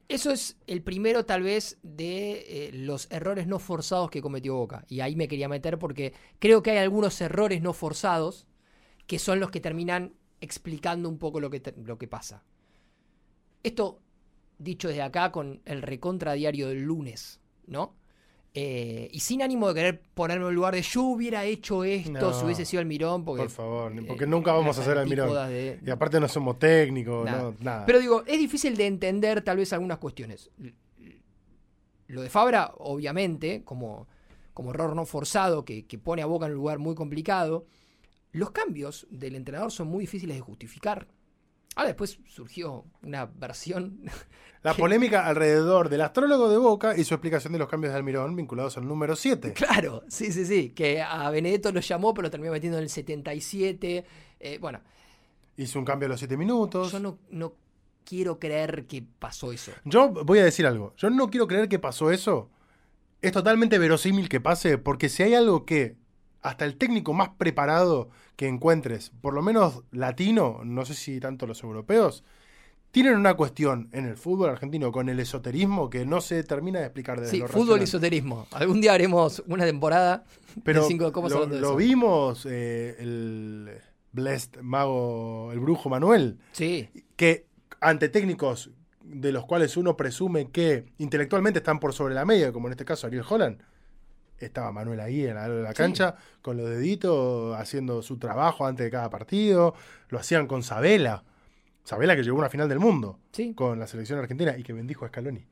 Speaker 2: Eso es el primero, tal vez, de eh, los errores no forzados que cometió Boca. Y ahí me quería meter porque creo que hay algunos errores no forzados que son los que terminan explicando un poco lo que, te- lo que pasa. Esto dicho desde acá con el recontra diario del lunes, ¿no? Eh, y sin ánimo de querer ponerme en un lugar de yo hubiera hecho esto
Speaker 1: No.
Speaker 2: si hubiese sido Almirón, porque.
Speaker 1: Por favor, ni-
Speaker 2: eh,
Speaker 1: porque nunca vamos a
Speaker 2: las
Speaker 1: ser Almirón.
Speaker 2: antípodas de-
Speaker 1: Y aparte no somos técnicos,
Speaker 2: Nada.
Speaker 1: no, nada.
Speaker 2: Pero digo, es difícil de entender tal vez algunas cuestiones. Lo de Fabra, obviamente, como, como error no forzado que, que pone a Boca en un lugar muy complicado, los cambios del entrenador son muy difíciles de justificar. Ahora después surgió una versión
Speaker 1: La polémica alrededor del astrólogo de Boca y su explicación de los cambios de Almirón vinculados al número 7.
Speaker 2: Claro, sí, sí, sí. Que a Benedetto lo llamó, pero lo terminó metiendo en el 77. Eh, bueno,
Speaker 1: Hizo un cambio a los 7 minutos.
Speaker 2: yo no, no quiero creer que pasó eso.
Speaker 1: Yo voy a decir algo. Yo no quiero creer que pasó eso. Es totalmente verosímil que pase, porque si hay algo que hasta el técnico más preparado que encuentres, por lo menos latino, no sé si tanto los europeos, tienen una cuestión en el fútbol argentino con el esoterismo que no se termina de explicar desde
Speaker 2: Sí,
Speaker 1: lo
Speaker 2: fútbol y
Speaker 1: racional.
Speaker 2: esoterismo. Algún día haremos una temporada
Speaker 1: Pero
Speaker 2: de cinco de copas
Speaker 1: lo,
Speaker 2: hablando de
Speaker 1: lo
Speaker 2: eso.
Speaker 1: vimos eh, el blessed mago, el brujo Manuel,
Speaker 2: Sí,
Speaker 1: que ante técnicos de los cuales uno presume que intelectualmente están por sobre la media, como en este caso Ariel Holland, estaba Manuel ahí en la, en la cancha con los deditos haciendo su trabajo antes de cada partido, lo hacían con Sabela, Sabela que llegó a una final del mundo
Speaker 2: sí.
Speaker 1: con la selección argentina y que bendijo a Scaloni.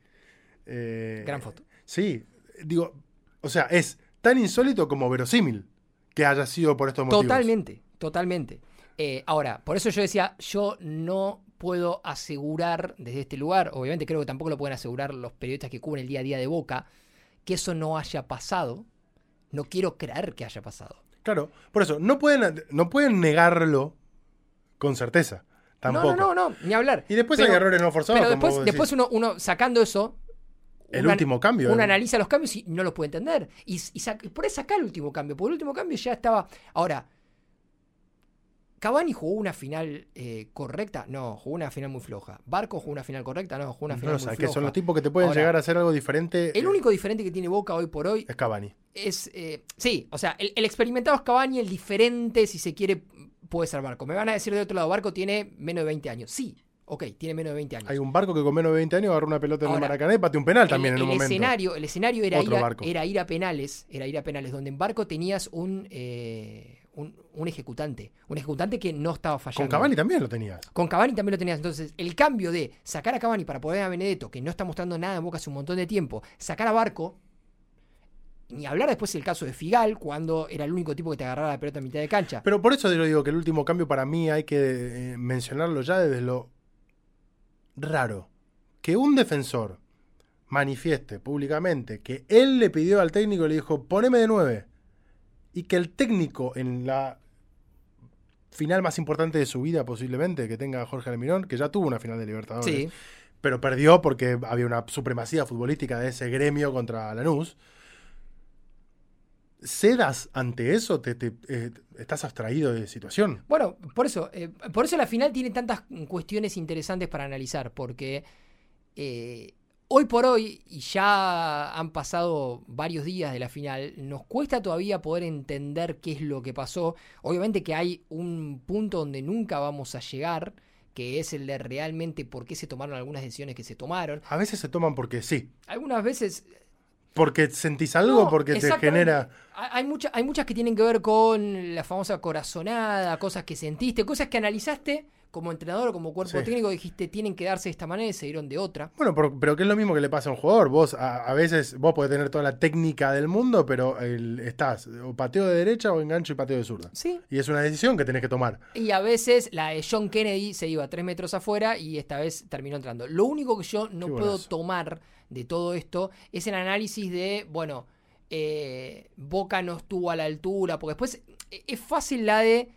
Speaker 1: Eh,
Speaker 2: Gran foto.
Speaker 1: Sí, digo, o sea, es tan insólito como verosímil que haya sido por estos motivos.
Speaker 2: Totalmente, totalmente. Eh, ahora, por eso yo decía, yo no puedo asegurar desde este lugar, obviamente creo que tampoco lo pueden asegurar los periodistas que cubren el día a día de Boca, que eso no haya pasado. No quiero creer que haya pasado.
Speaker 1: Claro, por eso, no pueden, no pueden negarlo con certeza, tampoco.
Speaker 2: No, no, no, no, ni hablar.
Speaker 1: Y después
Speaker 2: Pero-
Speaker 1: hay errores no forzados,
Speaker 2: Pero
Speaker 1: como
Speaker 2: después,
Speaker 1: vos decís.
Speaker 2: después uno, uno sacando eso.
Speaker 1: El
Speaker 2: uno-
Speaker 1: último cambio,
Speaker 2: Uno
Speaker 1: eh.
Speaker 2: analiza los cambios y no los puede entender. Y, y sa- y por ahí saca el último cambio. Porque el último cambio ya estaba. Ahora, Cavani jugó una final eh, correcta. No, jugó una final muy floja. Barco jugó una final correcta. No, jugó una
Speaker 1: No
Speaker 2: final
Speaker 1: lo
Speaker 2: muy
Speaker 1: sabes, que
Speaker 2: floja.
Speaker 1: son los tipos que te pueden
Speaker 2: Ahora,
Speaker 1: llegar a hacer algo diferente.
Speaker 2: El
Speaker 1: eh,
Speaker 2: único diferente que tiene Boca hoy por hoy
Speaker 1: es Cavani.
Speaker 2: es. eh, sí, o sea, el, el experimentado es Cavani, el diferente, si se quiere, puede ser Barco. Me van a decir de otro lado, Barco tiene menos de 20 años. Sí, ok, tiene menos de 20 años.
Speaker 1: Hay un barco que con menos de 20 años agarró una pelota en el
Speaker 2: Ahora,
Speaker 1: Maracaná y pateó un penal también
Speaker 2: el,
Speaker 1: en un
Speaker 2: el
Speaker 1: momento.
Speaker 2: escenario, el escenario era, ir
Speaker 1: Otro
Speaker 2: a,
Speaker 1: barco.
Speaker 2: era ir a penales, era ir a penales, donde en barco tenías un, eh, un, un ejecutante, un ejecutante que no estaba
Speaker 1: Con
Speaker 2: fallando.
Speaker 1: Cavani también lo tenías.
Speaker 2: Con Cavani también lo tenías. Entonces, el cambio de sacar a Cavani para poder a Benedetto, que no está mostrando nada en Boca hace un montón de tiempo, sacar a Barco, ni hablar después del caso de Figal, cuando era el único tipo que te agarraba la pelota a mitad de cancha.
Speaker 1: Pero por eso yo digo que el último cambio para mí hay que eh, mencionarlo ya desde lo raro. Que un defensor manifieste públicamente que él le pidió al técnico, le dijo, poneme de 9. Y que el técnico en la final más importante de su vida posiblemente, que tenga Jorge Almirón, que ya tuvo una final de Libertadores,
Speaker 2: sí,
Speaker 1: pero perdió porque había una supremacía futbolística de ese gremio contra Lanús. ¿Cedas ante eso? Te, te- eh, ¿Estás abstraído de situación?
Speaker 2: Bueno, por eso, eh, por eso la final tiene tantas cuestiones interesantes para analizar, porque eh, hoy por hoy, y ya han pasado varios días de la final, nos cuesta todavía poder entender qué es lo que pasó. Obviamente que hay un punto donde nunca vamos a llegar, que es el de realmente por qué se tomaron algunas decisiones que se tomaron.
Speaker 1: A veces se toman porque sí.
Speaker 2: Algunas veces
Speaker 1: Porque sentís algo,
Speaker 2: no,
Speaker 1: porque te
Speaker 2: exactamente.
Speaker 1: genera...
Speaker 2: Hay hay mucha- hay muchas que tienen que ver con la famosa corazonada, cosas que sentiste, cosas que analizaste como entrenador o como cuerpo
Speaker 1: Sí.
Speaker 2: técnico, dijiste tienen que darse de esta manera y se dieron de otra.
Speaker 1: Bueno, pero, pero que es lo mismo que le pasa a un jugador. Vos a, a veces vos podés tener toda la técnica del mundo, pero el- estás o pateo de derecha o engancho y pateo de zurda.
Speaker 2: Sí.
Speaker 1: Y es una decisión que tenés que tomar.
Speaker 2: Y a veces la de John Kennedy se iba tres metros afuera y esta vez terminó entrando. Lo único que yo no
Speaker 1: Qué
Speaker 2: puedo
Speaker 1: golazo.
Speaker 2: tomar de todo esto es el análisis de, bueno, eh, Boca no estuvo a la altura, porque después eh, es fácil la de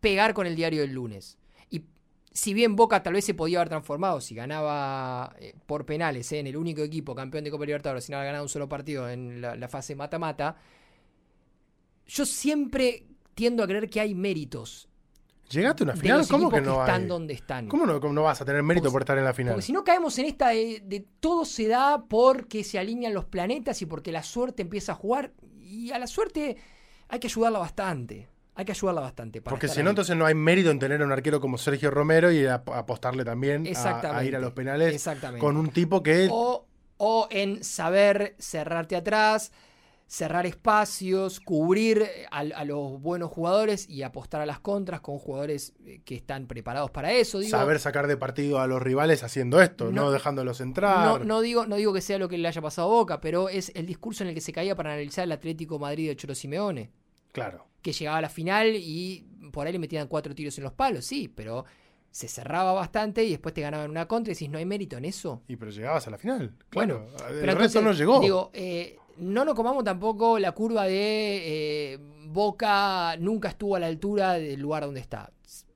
Speaker 2: pegar con el diario del lunes. Y si bien Boca tal vez se podía haber transformado si ganaba eh, por penales eh, en el único equipo campeón de Copa Libertadores sin haber ganado un solo partido en la, la fase mata-mata, yo siempre tiendo a creer que hay méritos
Speaker 1: ¿Llegaste a una
Speaker 2: de
Speaker 1: final?
Speaker 2: los
Speaker 1: ¿Cómo
Speaker 2: equipos
Speaker 1: que no
Speaker 2: están
Speaker 1: hay?
Speaker 2: donde están.
Speaker 1: ¿Cómo no, cómo no vas a tener mérito
Speaker 2: Porque si-
Speaker 1: por estar en la final?
Speaker 2: Porque si no caemos en esta de, de todo se da porque se alinean los planetas y porque la suerte empieza a jugar. Y a la suerte hay que ayudarla bastante. Hay que ayudarla bastante. para
Speaker 1: Porque
Speaker 2: estar
Speaker 1: si no,
Speaker 2: ahí.
Speaker 1: entonces no hay mérito en tener a un arquero como Sergio Romero y a- apostarle también a- a,
Speaker 2: Exactamente.
Speaker 1: ir a los penales
Speaker 2: Exactamente.
Speaker 1: con un tipo que
Speaker 2: O o en saber cerrarte atrás, cerrar espacios, cubrir a, a los buenos jugadores y apostar a las contras con jugadores eh, que están preparados para eso. Digo,
Speaker 1: Saber sacar de partido a los rivales haciendo esto, no,
Speaker 2: No.
Speaker 1: dejándolos
Speaker 2: no,
Speaker 1: entrar.
Speaker 2: no digo, no digo que sea lo que le haya pasado a Boca, pero es el discurso en el que se caía para analizar el Atlético Madrid de Cholo Simeone,
Speaker 1: Claro.
Speaker 2: que llegaba a la final y por ahí le metían cuatro tiros en los palos, sí, pero se cerraba bastante y después te ganaban una contra y decís, no hay mérito en eso.
Speaker 1: Y pero llegabas a la final. Claro.
Speaker 2: Bueno,
Speaker 1: el
Speaker 2: Pero
Speaker 1: resto
Speaker 2: entonces,
Speaker 1: no llegó.
Speaker 2: Digo, eh, no nos comamos tampoco la curva de eh, Boca nunca estuvo a la altura del lugar donde está. Es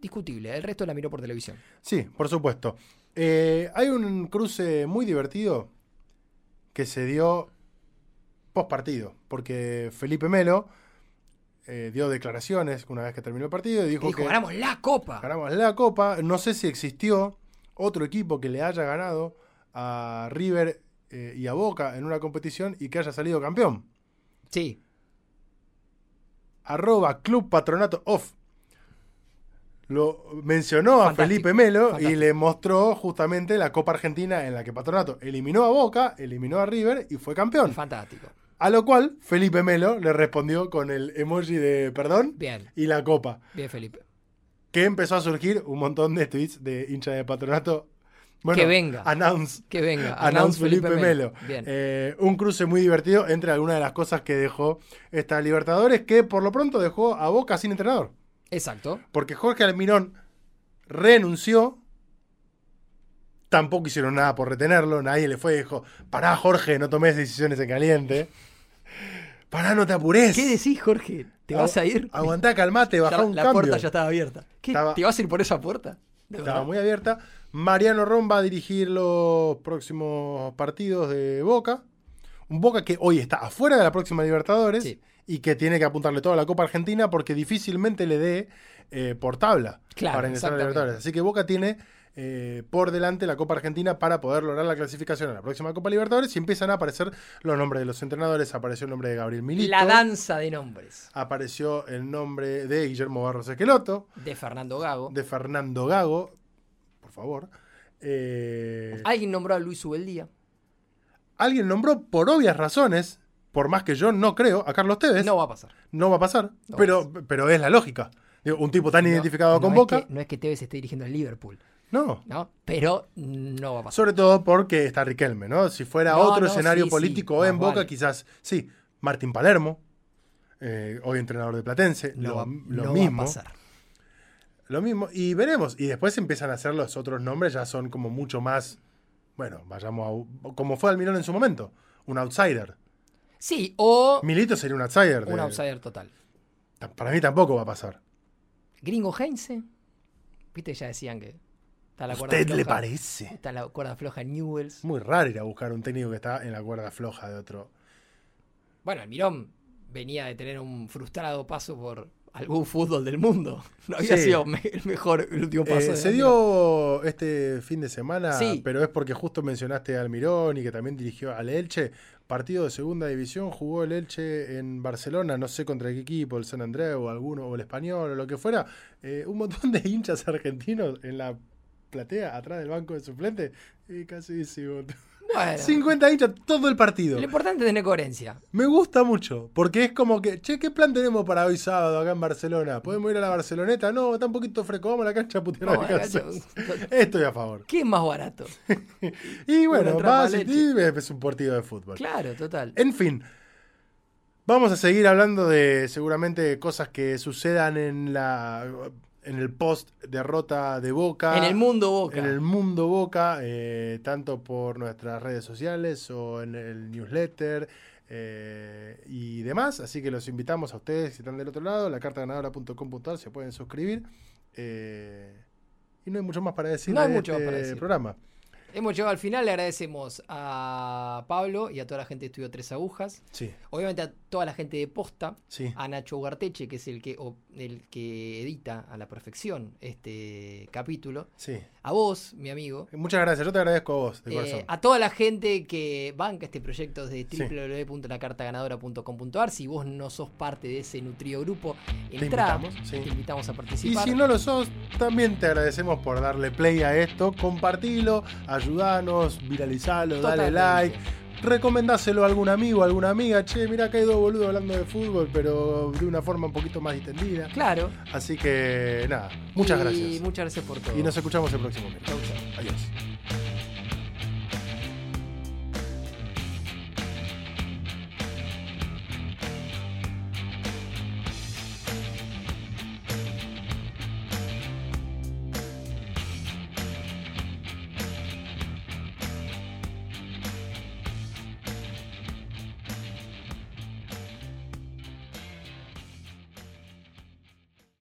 Speaker 2: Discutible, el resto la miró por televisión.
Speaker 1: Sí, por supuesto. Eh, hay un cruce muy divertido que se dio post partido, porque Felipe Melo eh, dio declaraciones una vez que terminó el partido y
Speaker 2: Que
Speaker 1: dijo,
Speaker 2: dijo,
Speaker 1: que
Speaker 2: ganamos la copa.
Speaker 1: ganamos la copa. No sé si existió otro equipo que le haya ganado a River eh, y a Boca en una competición y que haya salido campeón.
Speaker 2: Sí,
Speaker 1: arroba Club Patronato Off. Lo mencionó a
Speaker 2: Fantástico,
Speaker 1: Felipe Melo y
Speaker 2: fantástico.
Speaker 1: le mostró justamente la Copa Argentina en la que Patronato eliminó a Boca, eliminó a River y fue campeón.
Speaker 2: fantástico.
Speaker 1: A lo cual Felipe Melo le respondió con el emoji de perdón
Speaker 2: Bien,
Speaker 1: y la copa.
Speaker 2: bien, Felipe.
Speaker 1: Que empezó a surgir un montón de tweets de hincha de Patronato. Bueno,
Speaker 2: Que venga.
Speaker 1: Announce.
Speaker 2: Que venga.
Speaker 1: Announce
Speaker 2: announce
Speaker 1: Felipe Melo.
Speaker 2: Bien.
Speaker 1: Eh, un cruce muy divertido entre algunas de las cosas que dejó esta Libertadores, que por lo pronto dejó a Boca sin entrenador.
Speaker 2: Exacto.
Speaker 1: Porque Jorge Almirón renunció. Tampoco hicieron nada por retenerlo. Nadie le fue y dijo: Pará, Jorge, no tomes decisiones en caliente. Pará, no te apures.
Speaker 2: ¿Qué decís, Jorge? ¿Te vas a ir?
Speaker 1: Aguantá, calmate, bajá
Speaker 2: Ya
Speaker 1: Ah, un
Speaker 2: la
Speaker 1: cambio.
Speaker 2: puerta ya estaba abierta. ¿Qué?
Speaker 1: Estaba-
Speaker 2: ¿Te vas a ir por esa puerta? ¿De
Speaker 1: Estaba
Speaker 2: verdad?
Speaker 1: muy abierta. Mariano Ron va a dirigir los próximos partidos de Boca. Un Boca que hoy está afuera de la próxima Libertadores
Speaker 2: Sí.
Speaker 1: y que tiene que apuntarle toda la Copa Argentina porque difícilmente le dé eh, por tabla
Speaker 2: Claro,
Speaker 1: para ingresar a la
Speaker 2: exactamente.
Speaker 1: Libertadores. Así que Boca tiene eh, por delante la Copa Argentina para poder lograr la clasificación a la próxima Copa Libertadores y empiezan a aparecer los nombres de los entrenadores. Apareció el nombre de Gabriel Milito.
Speaker 2: La danza de nombres
Speaker 1: Apareció el nombre de Guillermo Barros Esqueloto
Speaker 2: de Fernando Gago.
Speaker 1: de Fernando Gago, por favor. Eh,
Speaker 2: Alguien nombró a Luis Ubeldía.
Speaker 1: alguien nombró por obvias razones, por más que yo no creo, a Carlos Tevez.
Speaker 2: No va a pasar.
Speaker 1: No va a pasar,
Speaker 2: No va
Speaker 1: pero, pero es la lógica. Digo, un tipo tan
Speaker 2: No,
Speaker 1: identificado
Speaker 2: no
Speaker 1: con
Speaker 2: es
Speaker 1: Boca,
Speaker 2: que- no es que Tevez esté dirigiendo al Liverpool,
Speaker 1: no.
Speaker 2: ¿no? Pero no va a pasar.
Speaker 1: Sobre todo porque está Riquelme, ¿no? Si fuera
Speaker 2: No,
Speaker 1: otro
Speaker 2: no,
Speaker 1: escenario
Speaker 2: sí, sí,
Speaker 1: político
Speaker 2: más
Speaker 1: en Boca,
Speaker 2: vale.
Speaker 1: quizás sí. Martín Palermo, eh, hoy entrenador de Platense,
Speaker 2: No
Speaker 1: lo,
Speaker 2: va,
Speaker 1: lo
Speaker 2: no va
Speaker 1: mismo.
Speaker 2: a pasar.
Speaker 1: Lo mismo, y veremos. Y después empiezan a hacer los otros nombres, ya son como mucho más. Bueno, vayamos a. u- Como fue Almirón en su momento, un outsider.
Speaker 2: Sí, o
Speaker 1: Milito sería un outsider. de-
Speaker 2: un outsider total.
Speaker 1: ta- Para mí tampoco va a pasar.
Speaker 2: Gringo Heinze. Viste que ya decían que está la cuerda
Speaker 1: ¿Usted le
Speaker 2: floja.
Speaker 1: parece?
Speaker 2: Está la cuerda floja en Newells.
Speaker 1: Es muy raro ir a buscar un técnico que está en la cuerda floja de otro.
Speaker 2: Bueno, Almirón venía de tener un frustrado paso por algún fútbol del mundo. No había
Speaker 1: Sí.
Speaker 2: sido me- el mejor el último
Speaker 1: Eh,
Speaker 2: paso. de
Speaker 1: se
Speaker 2: Almirón.
Speaker 1: dio este fin de semana,
Speaker 2: Sí.
Speaker 1: pero es porque justo mencionaste a Almirón y que también dirigió al Elche. Partido de segunda división, jugó el Elche en Barcelona, no sé contra qué equipo, el San Andrés o alguno, o el Español o lo que fuera. Eh, un montón de hinchas argentinos en la platea atrás del banco de suplentes. Y casi dice,
Speaker 2: Bueno,
Speaker 1: 50 hinchas todo el partido.
Speaker 2: lo importante es tener coherencia.
Speaker 1: Me gusta mucho, porque es como que, che, ¿qué plan tenemos para hoy sábado acá en Barcelona? ¿Podemos ir a la Barceloneta? No, está un poquito fresco, vamos a la cancha a putear
Speaker 2: Vamos,
Speaker 1: a la
Speaker 2: gacho.
Speaker 1: cancha. Estoy a favor.
Speaker 2: ¿Qué es más barato?
Speaker 1: Y
Speaker 2: Una
Speaker 1: bueno,
Speaker 2: trampa
Speaker 1: vas
Speaker 2: leche.
Speaker 1: y ves un partido de fútbol.
Speaker 2: Claro, total.
Speaker 1: En fin, vamos a seguir hablando de seguramente cosas que sucedan en la en el post derrota de Boca.
Speaker 2: En el mundo Boca.
Speaker 1: En el mundo Boca, eh, tanto por nuestras redes sociales o en el newsletter eh, y demás. Así que los invitamos a ustedes si están del otro lado, la lacartaganadora.com.ar, se pueden suscribir. Eh, y no hay mucho más para decir
Speaker 2: No hay
Speaker 1: de
Speaker 2: mucho más
Speaker 1: este
Speaker 2: para decir.
Speaker 1: programa.
Speaker 2: Hemos llegado al final, le agradecemos a Pablo y a toda la gente que estudió Tres Agujas.
Speaker 1: Sí,
Speaker 2: Obviamente a toda la gente de Posta,
Speaker 1: sí.
Speaker 2: a Nacho Ugarteche, que es el que, o- el que edita a la perfección este capítulo,
Speaker 1: Sí,
Speaker 2: a vos, mi amigo,
Speaker 1: Muchas gracias, yo te agradezco a vos, de
Speaker 2: eh,
Speaker 1: corazón.
Speaker 2: a toda la gente que banca este proyecto desde
Speaker 1: Sí.
Speaker 2: www.lacartaganadora.com.ar. Si vos no sos parte de ese nutrido grupo,
Speaker 1: Te
Speaker 2: entramos,
Speaker 1: invitamos, sí.
Speaker 2: te invitamos a
Speaker 1: Y
Speaker 2: participar.
Speaker 1: si no lo sos, también te agradecemos por darle play a esto, compartilo, ayudanos, viralizalo, dale
Speaker 2: Totalmente.
Speaker 1: like, recomendáselo a algún amigo, a alguna amiga, che, mirá que hay dos boludos hablando de fútbol, pero de una forma un poquito más distendida.
Speaker 2: Claro.
Speaker 1: Así que nada, muchas
Speaker 2: Y
Speaker 1: gracias.
Speaker 2: Muchas gracias por todo.
Speaker 1: Y nos escuchamos el próximo miércoles.
Speaker 2: Chau, chau.
Speaker 1: Adiós.